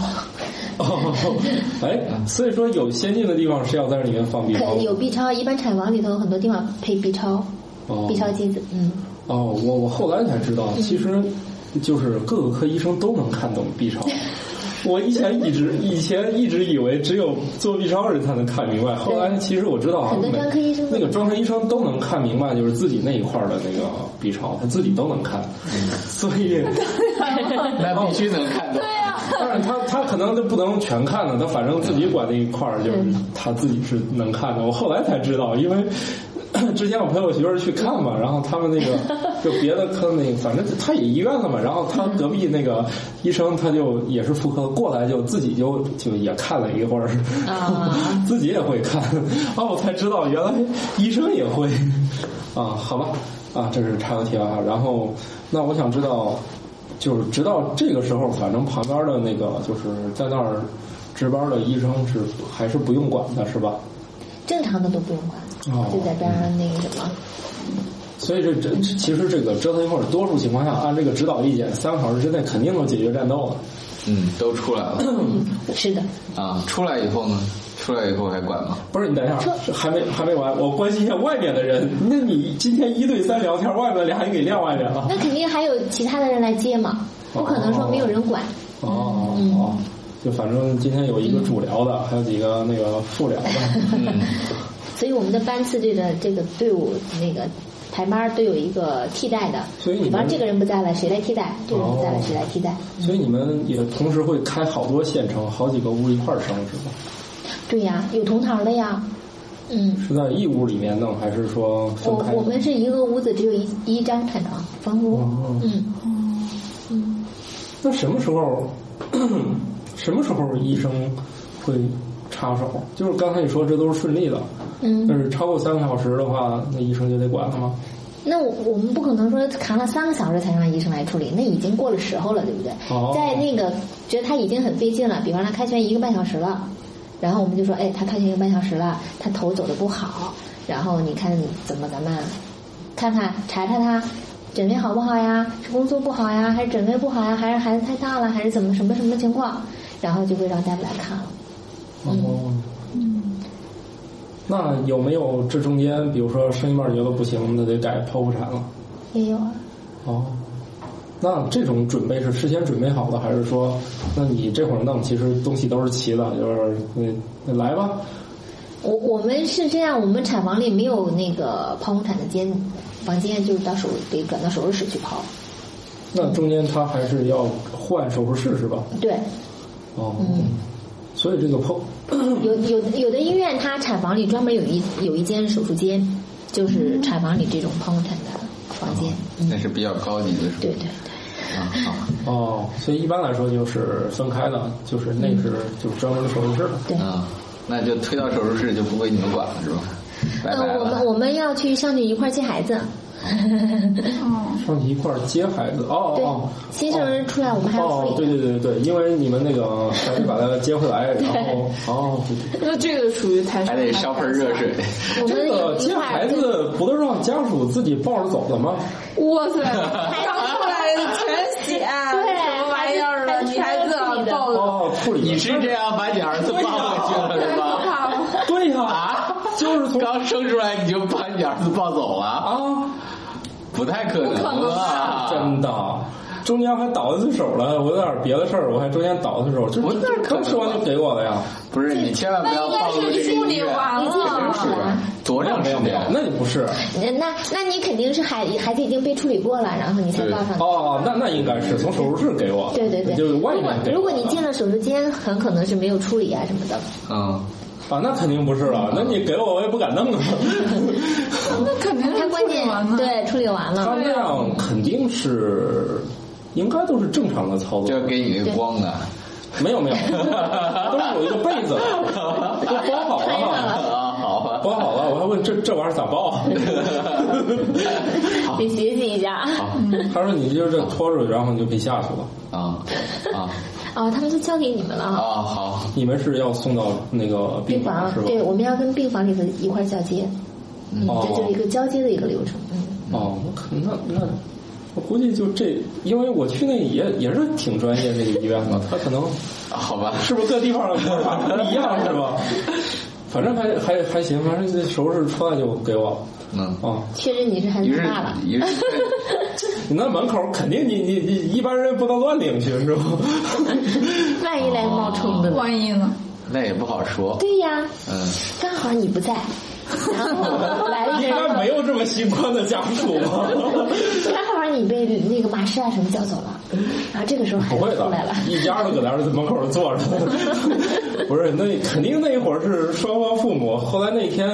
哦，哎，所以说有先进的地方是要在这里面放 B 超可的有 B 超，一般产房里头有很多地方配 B 超、哦 b 超机子。 *laughs* 嗯，哦，我我后来才知道，其实就是各个科医生都能看懂 *laughs* B 超。我以前一直以前一直以为只有做 B 超人才能看明白，后来其实我知道啊很多每专科医生都那个专科医生都能看明白，就是自己那一块儿的那个 B 超，他自己都能看，嗯 *laughs* 所以。嗯那必须能看到。但是他他可能就不能全看了，他反正自己管那一块儿，就是他自己是能看的。我后来才知道，因为 *clears throat* 之前我陪我媳妇儿去看嘛，然后他们那个就别的科那个，反正他也医院了嘛，然后他隔壁那个医生他就也是妇科过来就自己就就也看了一会儿，啊自己也会看，啊，我才知道原来医生也会啊，好吧，啊，这是插个题外话，然后那我想知道。就是直到这个时候，反正旁边的那个就是在那儿值班的医生是还是不用管的，是吧？正常的都不用管，哦就在边上那个什么。所以这这其实这个折腾一会儿，多数情况下按这个指导意见，三个小时之内肯定能解决战斗的。嗯，都出来 *coughs* 了嗯嗯是的，啊！出来以后呢？出来以后还管吗？不是你等一下，还没还没完，我关心一下外面的人。那你今天一对三聊天，外面的俩你给晾外面了。那肯定还有其他的人来接嘛，不可能说没有人管。哦哦哦，就反正今天有一个主聊的，还有几个那个副 *laughs* 聊的。嗯所以我们的班次这个这个队伍那个排班儿都有一个替代的，所以你比方们哦这个人不在了，谁来替代？这个人不在了，谁来替代？所以你们也同时会开好多县城，好几个屋一块儿生是吧？对呀，有同堂的呀。嗯，是在一屋里面弄，还是说分我开？哦我们是一个屋子只有一一张产床房屋哦，嗯，那什么时候，什么时候医生会插手？就是刚才你说这都是顺利的，嗯但是超过三个小时的话，那医生就得管了吗？那我我们不可能说扛了三个小时才让医生来处理，那已经过了时候了，对不对？哦在那个觉得他已经很费劲了，比方他开拳一个半小时了，然后我们就说，哎，他开拳一个半小时了，他头走的不好，然后你看怎么咱们看看查查他枕位好不好呀？是工作不好呀，还是枕位不好呀？还是孩子太大了，还是怎么什么什么情况？然后就会让大夫来看了。嗯哦，那有没有这中间，比如说生一半觉得不行，那得改剖腹产了？也有啊，哦，那这种准备是事先准备好的，还是说，那你这会儿弄，其实东西都是齐的，就是你你来吧，我我们是这样，我们产房里没有那个剖宫产的间房间，就是到手得转到手术室去剖。 *clears throat* 那中间他还是要换手术室是吧？对，哦，所以这个剖有有有的医院它产房里专门有一有一间手术间，嗯就是产房里这种剖宫产的房间。哦嗯那是比较高级的对术。对啊，好，哦，所以一般来说就是分开的，就是那是嗯就是专门的手术室了。对对。啊，那就推到手术室就不归你们管了是吧？拜拜呃，我了们我们要去上去一块儿接孩 *laughs* 子。嗯，上去一块儿接孩子，哦对哦，，新生儿出来我们还要哦，处对理。对对对，因为你们那个还得把它接回来，然后哦，对对那这个属于台还得烧盆热水。我这们个一接块孩儿子不都让家属自己抱着走的吗？哇 *laughs* 塞，刚出来的全血，啊对什么玩意儿啊？还女孩子还是抱的，哦，处理你是这样把你儿子抱回去了是太可吧？怕了。对呀、啊，就是从刚生出来你就把你儿子抱走了？啊，不太可能啊不可能吧？真的。中间还倒一次手了，我有点别的事儿，我还中间倒一次手，就不是是刚吃完就给我了呀，不是你千万不要暴露这个处医理院，完了是多长时没有没有间，？那就不是那那那你肯定是孩孩子已经被处理过了，然后你才对抱上去。哦，那那应该是从手术室给我，对对对，就是如外果面给我如果你进了手术间，很可能是没有处理啊什么的。嗯，啊，那肯定不是嗯了，那你给我我也不 *laughs* 敢弄啊，那肯定他是关键完了。对处理完他了，那样肯定是应该都是正常的操这作，给你个光啊的。没有没有，都是有一个被 *laughs* 子的，都包 *laughs* 好穿上了了。啊，好吧。包好了，我还问这这玩意儿咋包？得学习一下。他说你就这拖着，然后你就可以下去了。啊啊哦，他们都交给你们了啊！啊。好，你们是要送到那个病房房是吧？对，我们要跟病房里的一块儿交接，嗯，哦这就是一个交接的一个流程。嗯，哦，那可那那，我估计就这，因为我去那也也是挺专业那个医院嘛，他可能好吧。是不是各地方不一样是吧？反正还还还行，反正这手术室出来就给我嗯，啊。确认你是孩于子是大了。于是你那门口肯定你你你一般人不能乱领去是吧？万一来冒哎充的呢？万一呢？那也不好说。对呀，嗯，刚好你不在，然后来了 *laughs* *laughs* 应一该没个，有这么新冠的家属吧？刚好你被那个马师啊什么叫走了，然后这个时候孩 *laughs* 不子会出来的了。，一家都搁那儿门口 *laughs* 坐着。不是，那肯定那一会儿是双方父母。后来那天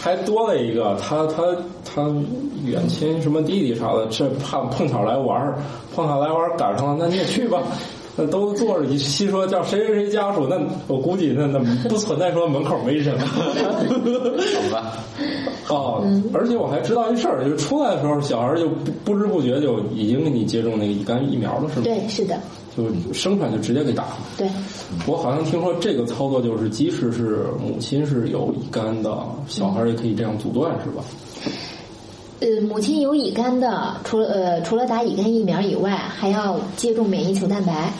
还多了一个，他他他远亲什么弟弟啥的，这怕碰巧来玩儿，碰巧来玩儿赶上了，那你也去吧。 *laughs* 那都坐着，你细说叫谁谁谁家属，那我估计那那不存在说门口没人。好吧。哦，嗯而且我还知道一事儿，就是出来的时候，小孩儿就不不知不觉就已经给你接种那个乙肝疫苗了，是吗？对，是的，就生出来就直接给打了。对，我好像听说这个操作就是，即使是母亲是有乙肝的，小孩儿也可以这样阻断，是吧？呃，母亲有乙肝的，除了呃除了打乙肝疫苗以外，还要接种免疫球蛋白，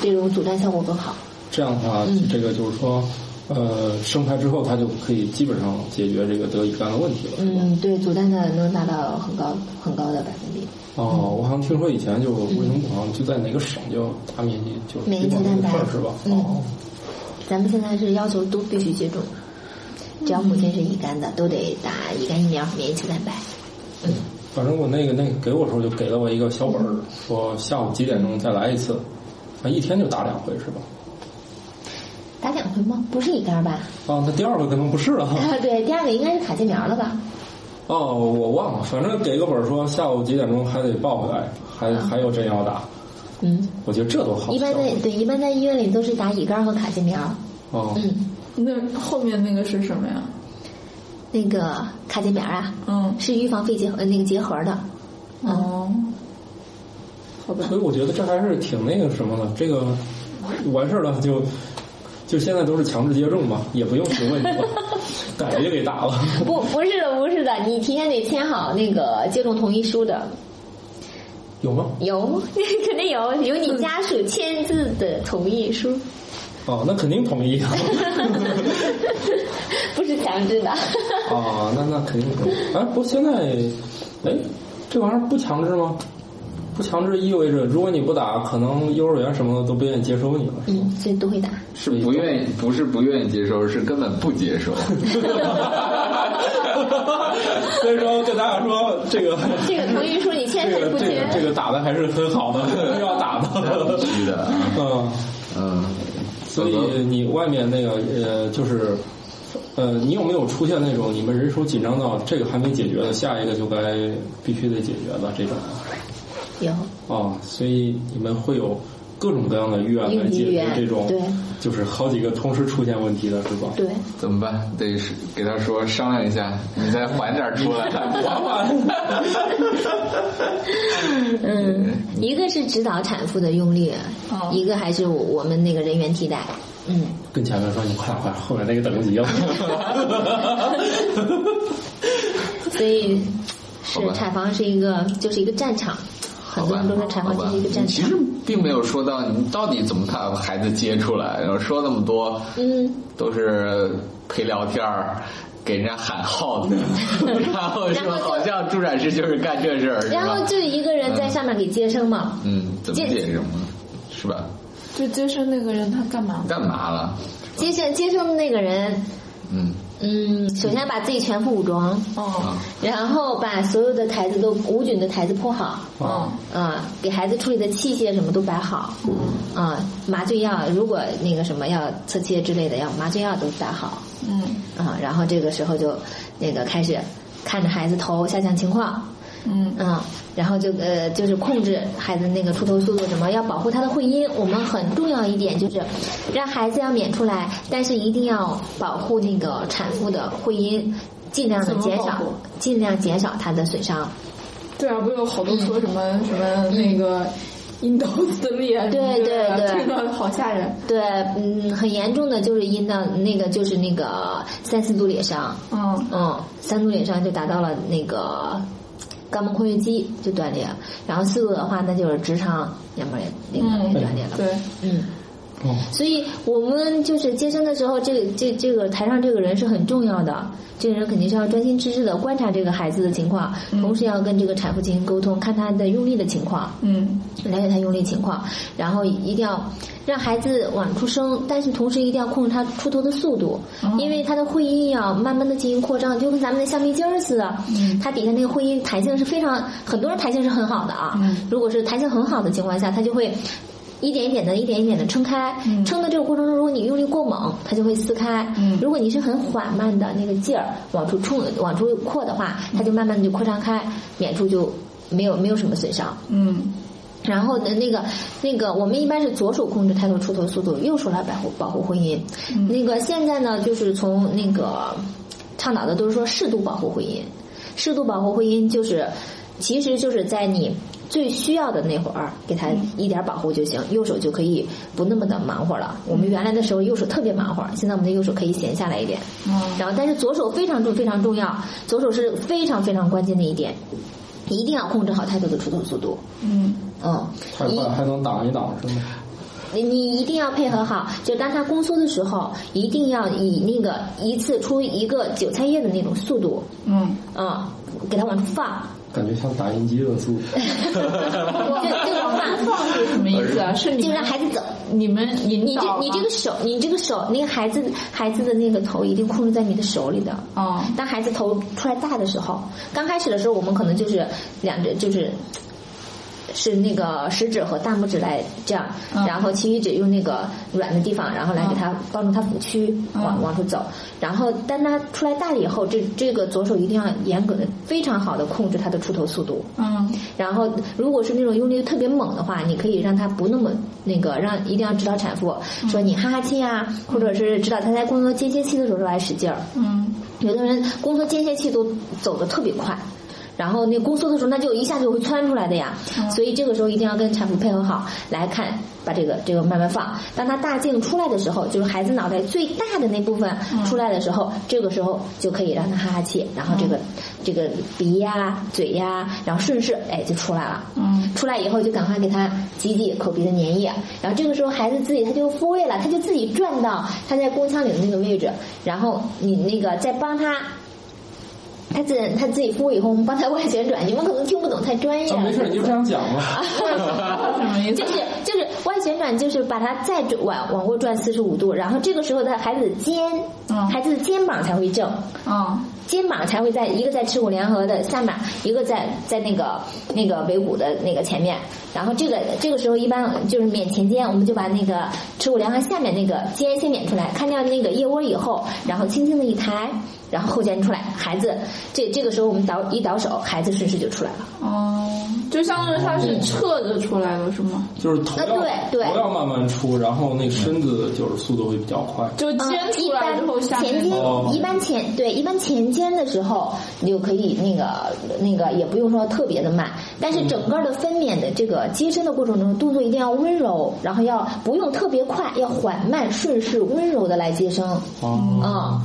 这种阻断效果更好。这样的话，嗯这个就是说，呃，生出来之后，他就可以基本上解决这个得乙肝的问题了。嗯，对，阻断的能达到很高很高的百分比。哦，我好像听说以前就卫生部好像就在哪个省就大面积就免疫推球广这蛋个白事儿是吧？嗯哦，咱们现在是要求都必须接种，只要母亲是乙肝的，都得打乙肝疫苗免疫球蛋白。反正我那个那个给我的时候就给了我一个小本儿，说下午几点钟再来一次，啊，一天就打两回是吧？打两回吗？不是乙肝吧？啊，那第二回可能不是了。啊， *laughs* 对，第二个应该是卡介苗了吧？哦，我忘了，反正给个本儿说下午几点钟还得报回来，还还有针要打，嗯，我觉得这多好。啊一般在对一般在医院里都是打乙肝和卡介苗。哦，嗯，那后面那个是什么呀？那个卡介苗啊，嗯，是预防肺结核那个结核的。嗯哦，好吧，所以我觉得这还是挺那个什么的，这个完事儿了就就现在都是强制接种嘛，也不用询问你了， *laughs* 感觉就给打了。不，不是的，不是的，你提前得签好那个接种同意书的。有吗？有， *laughs* 肯定有，有你家属签字的同意 *laughs* 书，哦，那肯定同意 *laughs* 啊。不是强制的。哦，那那肯定同意。哎，不，现在哎，这玩意儿不强制吗？不强制意味着，如果你不打，可能幼儿园什么的都不愿意接收你了。嗯，所以都会打。是不愿意，不是不愿意接受，是根本不接 *laughs* 受。 *laughs* 所以说，跟大家说，这个这个同意书你签这还是个不这个签？这 *laughs* 个打的还是很好的，要打的。必须的啊，嗯，嗯，所以你外面那个呃，就是呃，你有没有出现那种你们人手紧张到这个还没解决的，下一个就该必须得解决的这种？有啊，所以你们会有各种各样的预案来解应急预决案这种对，就是好几个同时出现问题的是吧？对，怎么办？得是给他说商量一下，你再缓点出来。 *laughs* 缓缓，嗯，一个是指导产妇的用力，哦一个还是我我们那个人员替代，嗯，跟前面说你快点快点，后面那个等不啊及 *laughs* 了。所以好是吧产房是一个就是一个战场，*laughs* 很好多吧人都说，产好房吧就是一个，战其场实，并没有说到你到底怎么把孩子接出来，然后说那么多，嗯，都是陪聊天儿，给人家喊号 *laughs* 子，然后说然后就好像助产士就是干这事儿，是吧然后就一个人在上面给接生嘛，嗯，怎么这解释嘛，是吧？就接生那个人他干嘛？干嘛了？接生接生的那个人，嗯嗯，首先把自己全副武装，哦啊，然后把所有的台子都无菌的台子铺好，哦，啊，给孩子处理的器械什么都摆好，嗯啊，麻醉药如果那个什么要侧切之类的，要麻醉药都打好，嗯啊，然后这个时候就那个开始看着孩子头下降情况，嗯嗯，然后就呃就是控制孩子那个出头速度什么，要保护他的会阴。我们很重要一点就是让孩子要娩出来，但是一定要保护那个产妇的会阴，尽量的怎么减保少护，尽量减少她的损伤。对啊，不是有好多说什么、什么那个阴道撕裂啊，对对对听到好吓人。对，嗯，很严重的就是阴道那个就是那个三四度裂伤，嗯嗯，三度裂伤就达到了那个肛门括约肌就断裂，然后四度的话那就是直肠黏膜也那个嗯也断裂了，对，嗯。哦，所以我们就是接生的时候，这这这个台上这个人是很重要的，这个人肯定是要专心致志的观察这个孩子的情况，同时要跟这个产妇进行沟通，看他的用力的情况，嗯了解他用力情况，然后一定要让孩子晚出生，但是同时一定要控制他出头的速度，因为他的会阴要慢慢的进行扩张，就跟咱们的橡皮筋儿似的，它底下那个会阴弹性是非常，很多人弹性是很好的啊，如果是弹性很好的情况下，它就会。一点一点的，一点一点的撑开，撑的这个过程中，如果你用力过猛，它就会撕开；如果你是很缓慢的那个劲儿往出冲、往出扩的话，它就慢慢的就扩张开，娩出就没有没有什么损伤。嗯然后呢，那个那个，我们一般是左手控制胎头出头速度，右手来保护保护婚姻。那个现在呢，就是从那个倡导的都是说适度保护婚姻，适度保护婚姻就是，其实就是在你最需要的那会儿给他一点保护就行，右手就可以不那么的忙活了。我们原来的时候右手特别忙活，现在我们的右手可以闲下来一点。嗯然后，但是左手非常重非常重要，左手是非常非常关键的一点，一定要控制好胎头的出头速度。嗯嗯，太快还能挡一挡是吗？你你一定要配合好，就当它宫缩的时候，一定要以那个一次出一个韭菜叶的那种速度，嗯，啊、给它往出放，感觉像打印机的速度。嗯就就往放出放是什么意思啊？是放，你就们让孩子走。你们你引这导你吗这个手，你这个手，那个孩子孩子的那个头一定控制在你的手里的。哦当孩子头出来大的时候，刚开始的时候，我们可能就是两只就是。是那个食指和大拇指来这样，嗯然后其余指用那个软的地方，然后来给他帮助他抚屈，嗯往往出走。然后当他出来大了以后，这这个左手一定要严格的、非常好的控制他的出头速度。嗯然后，如果是那种用力特别猛的话，你可以让他不那么那个，让一定要指导产妇说你哈哈气啊，或者是指导他在工作间歇期的时候来使劲儿。嗯有的人工作间歇期都走的特别快，然后那宫缩的时候，那就一下就会窜出来的呀。所以这个时候一定要跟产妇配合好，来看把这个这个慢慢放。当他大镜出来的时候，就是孩子脑袋最大的那部分出来的时候，这个时候就可以让他哈哈气，然后这个、这个鼻呀、嘴呀，然后顺势哎就出来了。嗯出来以后就赶快给他挤挤口鼻的粘液，然后这个时候孩子自己他就复位了，他就自己转到他在宫腔里的那个位置，然后你那个再帮他。他自他自己复位以后，我们帮他外旋转，你们可能听不懂，太专业啊，了。没事，你就这样讲吧。什么意思 *laughs* 就是就是外旋转，就是把它再转往往过转四十五度，然后这个时候的孩子的肩嗯孩子的肩膀才会正，嗯肩膀才会在一个在耻骨联合的下面，一个在在那个那个尾骨的那个前面。然后这个这个时候一般就是免前肩，我们就把那个耻骨联合下面那个肩先免出来，看掉那个腋窝以后，然后轻轻的一抬，然后后肩出来，孩子这这个时候我们倒一倒手，孩子顺势就出来了。哦，就相当于它嗯是侧着出来的，是吗？就是头要、啊对嗯对头要慢慢出，然后那个身子就是速度会比较快。就嗯肩一出来般之后下前面肩哦嗯一般前对一般前肩的时候，你就可以那个那个也不用说特别的慢，但是整个的分娩的这个接生的过程中，动作一定要温柔，然后要不用特别快，要缓慢顺势温柔的来接生。哦，嗯，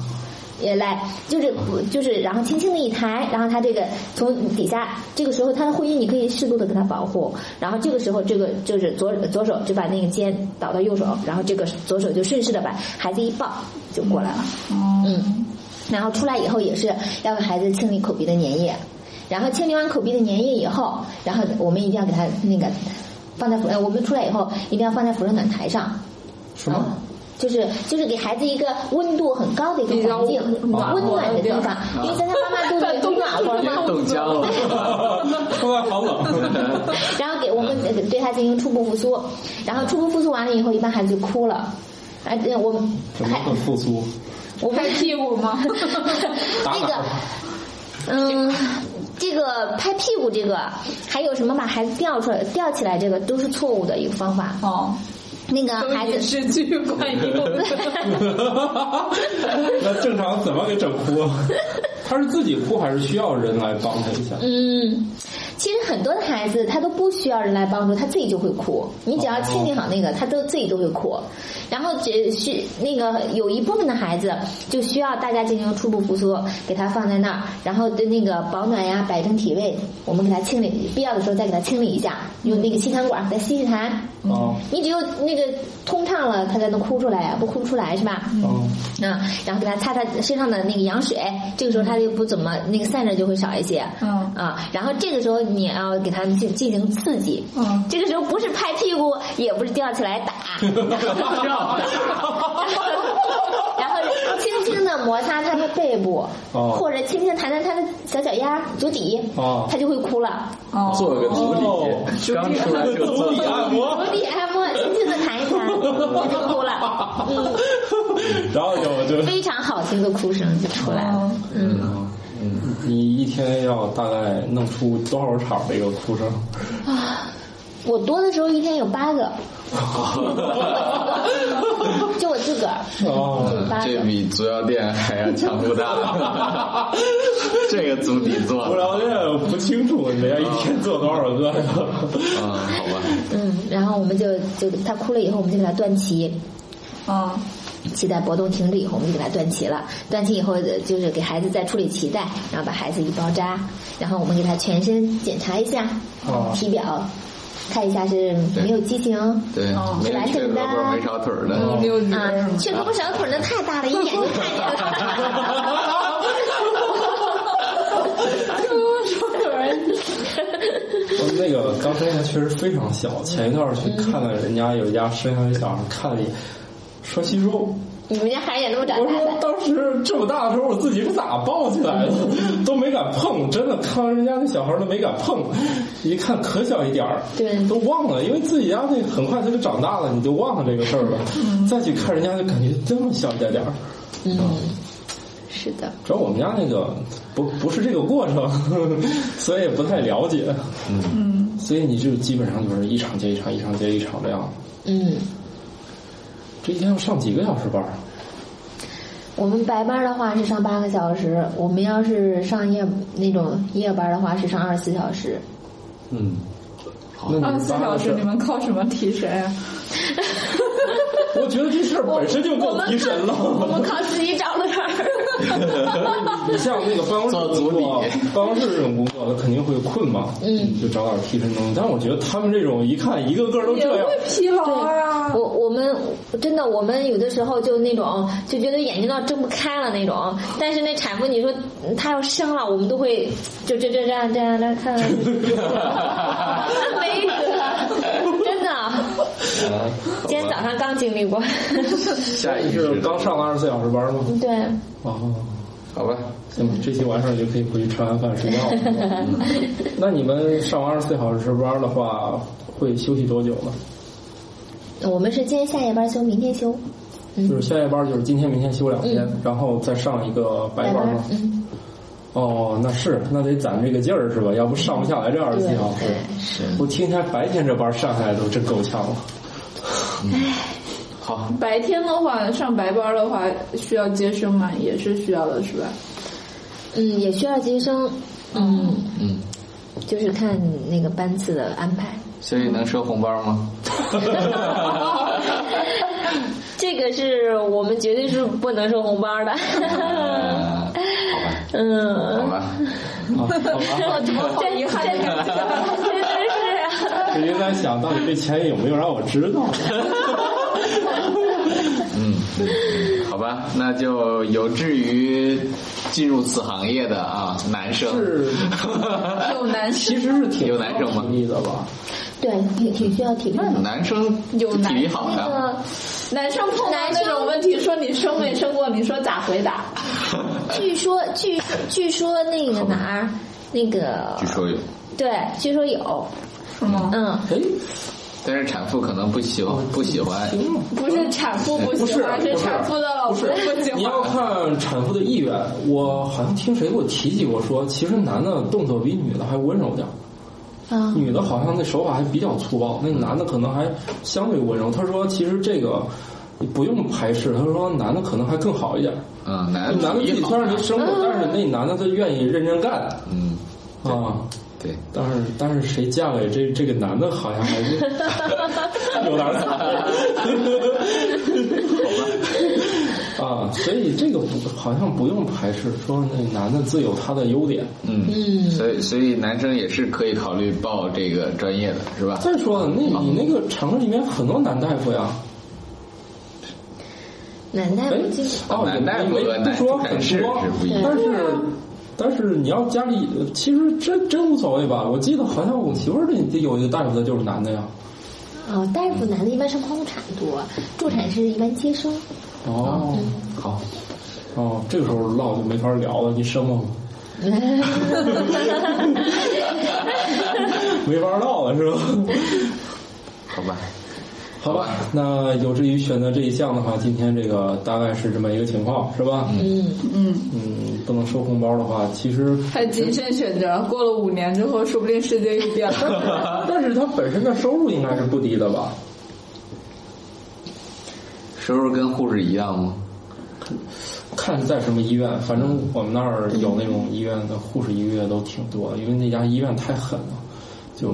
也来，就是不就是，然后轻轻的一抬，然后它这个从底下，这个时候它的会阴你可以适度的给它保护，然后这个时候这个就是左左手就把那个肩倒到右手，然后这个左手就顺势的把孩子一抱就过来了，哦嗯，然后出来以后也是要给孩子清理口鼻的粘液，然后清理完口鼻的粘液以后，然后我们一定要给他那个放在呃我们出来以后一定要放在扶手暖台上，是吗？哦就是就是给孩子一个温度很高的一比个较环境，暖温暖的地方，因为在他妈妈肚 *laughs* 子里冻很暖和嘛。冻僵 *laughs* 嗯 *laughs* 了。出来好冷。然后给我们呃对他进行初步复苏，然后初步复苏完了以后，一般孩子就哭了。哎，对我们怎么还很复苏？我不拍屁股吗？打那哪个儿？嗯，这个拍屁股这个，还有什么把孩子吊出来、吊起来，这个都是错误的一个方法。哦，那个都孩已子是去观音公园。 *laughs* 那正常怎么给整哭？啊他是自己哭还是需要人来帮他一下？嗯，其实很多的孩子他都不需要人来帮助，他自己就会哭。你只要清理好那个，他都自己都会哭。然后只需那个有一部分的孩子就需要大家进行初步复苏，给他放在那儿，然后对那个保暖呀、摆正体位，我们给他清理，必要的时候再给他清理一下，用那个吸痰管给他吸吸痰。哦你只有那个通畅了，他才能哭出来啊呀，不哭不出来是吧？哦，啊，然后给他擦擦身上的那个羊水，这个时候他就不怎么那个散热就会少一些。嗯啊，然后这个时候你要给他进进行刺激。嗯这个时候不是拍屁股，也不是吊起来 *laughs* 打，然后轻轻的摩擦他的背部，哦或者轻轻弹弹他的小脚丫、足底，哦他就会哭了。哦，做个足哦底，刚出来就足做底按摩足底按摩，啊轻轻的弹一弹，他就哭了。 *laughs* 嗯，哎然后就就非常好听的哭声就出来哦了。嗯。你一天要大概弄出多少场这个哭声？啊我多的时候一天有八 *laughs* 个，就我自个儿，哦，有八这个。比足疗店还要强不 *laughs* 大。这个足底做无了聊的不清楚你要一天做多少个。啊，好吧，嗯，然后我们就就他哭了以后，我们就给他断脐，嗯，脐带搏动停止以后，我们就给他断脐了。断脐以后，呃就是给孩子再处理脐带，然后把孩子一包扎，然后我们给他全身检查一下哦，体表看一下是没有畸形。对，哦没有来缺胳简单膊没少腿儿的。溜嗯直啊，缺胳膊少腿儿那太大了，一眼就看见 *laughs* 了。那个当时那确实非常小，前一段去看了人家有一家生下一小孩看了一说吸收，你们家孩子也那么长我大的？说当时这么大的时候，我自己是咋抱起来的， *laughs* 都没敢碰，真的看完人家那小孩儿都没敢碰，一看可小一点儿，对都忘了，因为自己家那很快他就长大了，你就忘了这个事儿了，嗯再去看人家就感觉这么小一点点儿。嗯，是的。主要我们家那个不不是这个过程， *laughs* 所以也不太了解，嗯，所以你就基本上就是一场接一场，一场接一场这样，嗯，这一天要上几个小时班儿啊？我们白班的话是上八个小时，我们要是上夜那种夜班的话是上二十四小 *laughs* 时。嗯，那你二啊十四班小的时是你们靠什么提神啊？我觉得这事儿本身就够提神了。们靠自己找的事儿。你像那个办公室做足工底，作办公室这种工作，他肯定会困嘛，嗯，就找点提神东西。但我觉得他们这种一看一个个都也这样，会疲劳啊。我我们真的，我们有的时候就那种就觉得眼睛都要睁不开了那种，但是那产妇你说嗯她要生了，我们都会就这这这样这 *laughs* 样这样看，没辙，真的。今天早上刚经 *laughs* 历过。下意就识是地刚上了二十四小时班吗？对，哦，好吧，行吧，这期完事儿就可以回去吃完饭睡觉了。那你们上完二十四小时班的话，会休息多久呢？ *laughs* 我们是今天下夜班休，明天休。就是下夜班就是今天、明天休两天，然后再上一个白班吗？嗯，哦，那是，那得攒这个劲儿是吧？要不上不下来这二十对四小时。是我听一下白天这班上下来都真够呛了。好，白天的话，上白班的话需要接生嘛，也是需要的，是吧？嗯，也需要接生，嗯，嗯，就是看那个班次的安 *laughs* 排。所以能收红包吗？这个是我们绝对是不能收红包 *laughs* 的。呃嗯，好嗯，吧，啊，好吧，好遗憾的感觉真的是。我就在想到底这钱有没有让我知道？好吧，那就有志于进入此行业的啊男生， *laughs* 是，有男生其实是挺有男生吗体力的吧？ *laughs* 对，挺挺需要体力的。男生有男体力好那的，个，男生碰到啊那种问题，说你生没生过，你说咋回答？据说据据说那个哪儿，那个据说有，对，据说有，是吗？嗯，哎，但是产妇可能不喜欢嗯不喜欢，不是产妇不不喜是欢，不是产妇的老不婆是不喜你要 *laughs* 欢。看产妇的意愿，我好像听谁给我提及过说，其实男的动作比女的还温柔点儿。啊，女的好像那手法还比较粗暴，那男的可能还相对温柔。他说其实这个你不用排斥，他说男的可能还更好一点。嗯，男男的体自己力好虽然没生过，嗯但是那男的他愿意认真干嗯，啊。对，但是但是谁嫁给这这个男的，好 *laughs* 像还是有点惨。 *laughs* 啊，所以这个不好像不用排斥，说那男的自有他的优点。嗯，所以所以男生也是可以考虑报这个专业的，是吧？再说了，那你那个城里面很多男大夫呀，男大夫哎进，哦，男大夫没和不男说男很士多是不一样，但是但是你要家里，其实真真无所谓吧。我记得好像我媳妇儿那有一个大夫的就是男的呀。哦，大夫男的一般上剖腹产多，助产士一般接生。哦好，哦，这个时候唠就没法聊了，你生吗？没法唠了是吧？好吧，好吧，那有志于选择这一项的话，今天这个大概是这么一个情况，是吧？嗯嗯，嗯，不能收红包的话，其实还谨慎选择，过了五年之后，说不定世界又变了。 *laughs* 啊但是他本身的收入应该是不低的吧？收入跟护士一样吗？看在什么医院，反正我们那儿有那种医院的护士一个月都挺多，因为那家医院太狠了，就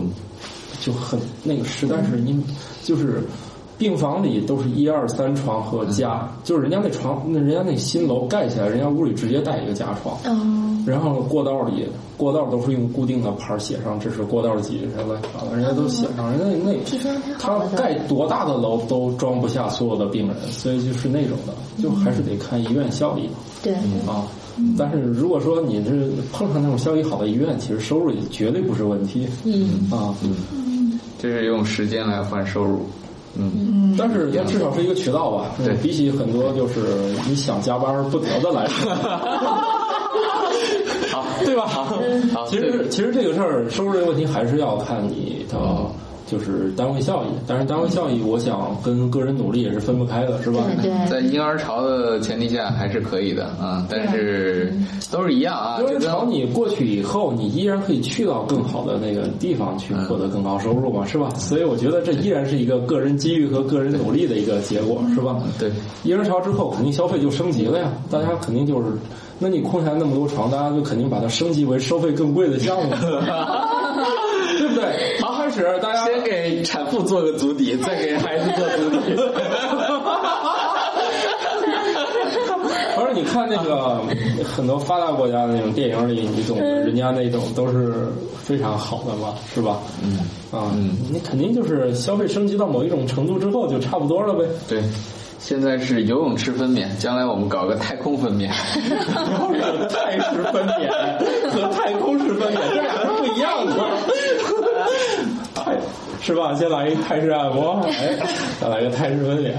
就很那个，实在是因就是病房里都是一二三床和加，就是人家那床，那人家那新楼盖起来，人家屋里直接带一个加床，哦，然后过道里过道都是用固定的牌儿写上这是过道几什么乱七八糟，人家都写上，人家那提前安排好他了的盖多大的楼都装不下所有的病人，所以就是那种的，就还是得看医院效益对，啊。嗯但是如果说你这碰上那种效益好的医院，其实收入也绝对不是问题嗯，啊。就是用时间来换收入，嗯，但是它至少是一个渠道吧，对比起很多就是你想加班不得的来说， *laughs* 好，对吧？好，其实其实这个事儿收入这个问题还是要看你的就是单位效益，但是单位效益我想跟个人努力也是分不开的，是吧？对对。在婴儿潮的前提下还是可以的啊，但是都是一样啊，因为就跟朝你过去以后，你依然可以去到更好的那个地方嗯去获得更高收入嘛，是吧？所以我觉得这依然是一个个人机遇和个人努力的一个结果，是吧？嗯对，婴儿潮之后肯定消费就升级了呀，大家肯定就是，那你空下来那么多床，大家就肯定把它升级为收费更贵 *laughs* 的项目， *laughs* 对不对？好，开始大家先给产妇做个足底，再给孩子做足底。 *laughs* 不是，你看那个很多发达国家的那种电影里，你总人家那种都是非常好的嘛，是吧？嗯，啊，你肯定就是消费升级到某一种程度之后就差不多了呗。对，现在是游泳池分娩，将来我们搞个太空分娩。 *laughs* 然后有太式分娩和太空式分娩，这俩是不一样的。太是吧？先来一泰式按摩，哎，再来个泰式温脸。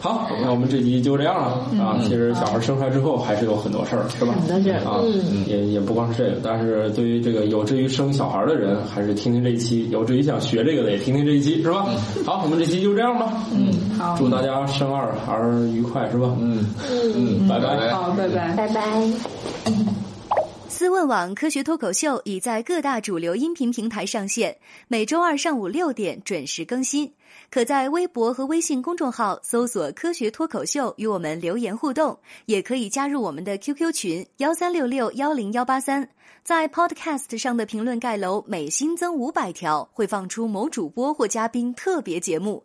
好，那我们这集就这样了啊。其实小孩生出来之后还是有很多事儿，是吧？很多事儿啊嗯，也也不光是这个，但是对于这个有志于生小孩的人，还是听听这一期；有志于想学这个的，也听听这一期，是吧？好，我们这期就这样吧。嗯，好，祝大家生二孩儿愉快，是吧？嗯嗯，嗯，拜拜拜。好，拜拜。拜拜。思问网科学脱口秀已在各大主流音频平台上线，每周二上午六点准时更新。可在微博和微信公众号搜索“科学脱口秀”与我们留言互动，也可以加入我们的 QQ 群幺三六六幺零幺八三。在 Podcast 上的评论盖楼每新增五百条，会放出某主播或嘉宾特别节目。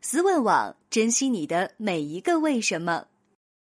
思问网，珍惜你的每一个为什么。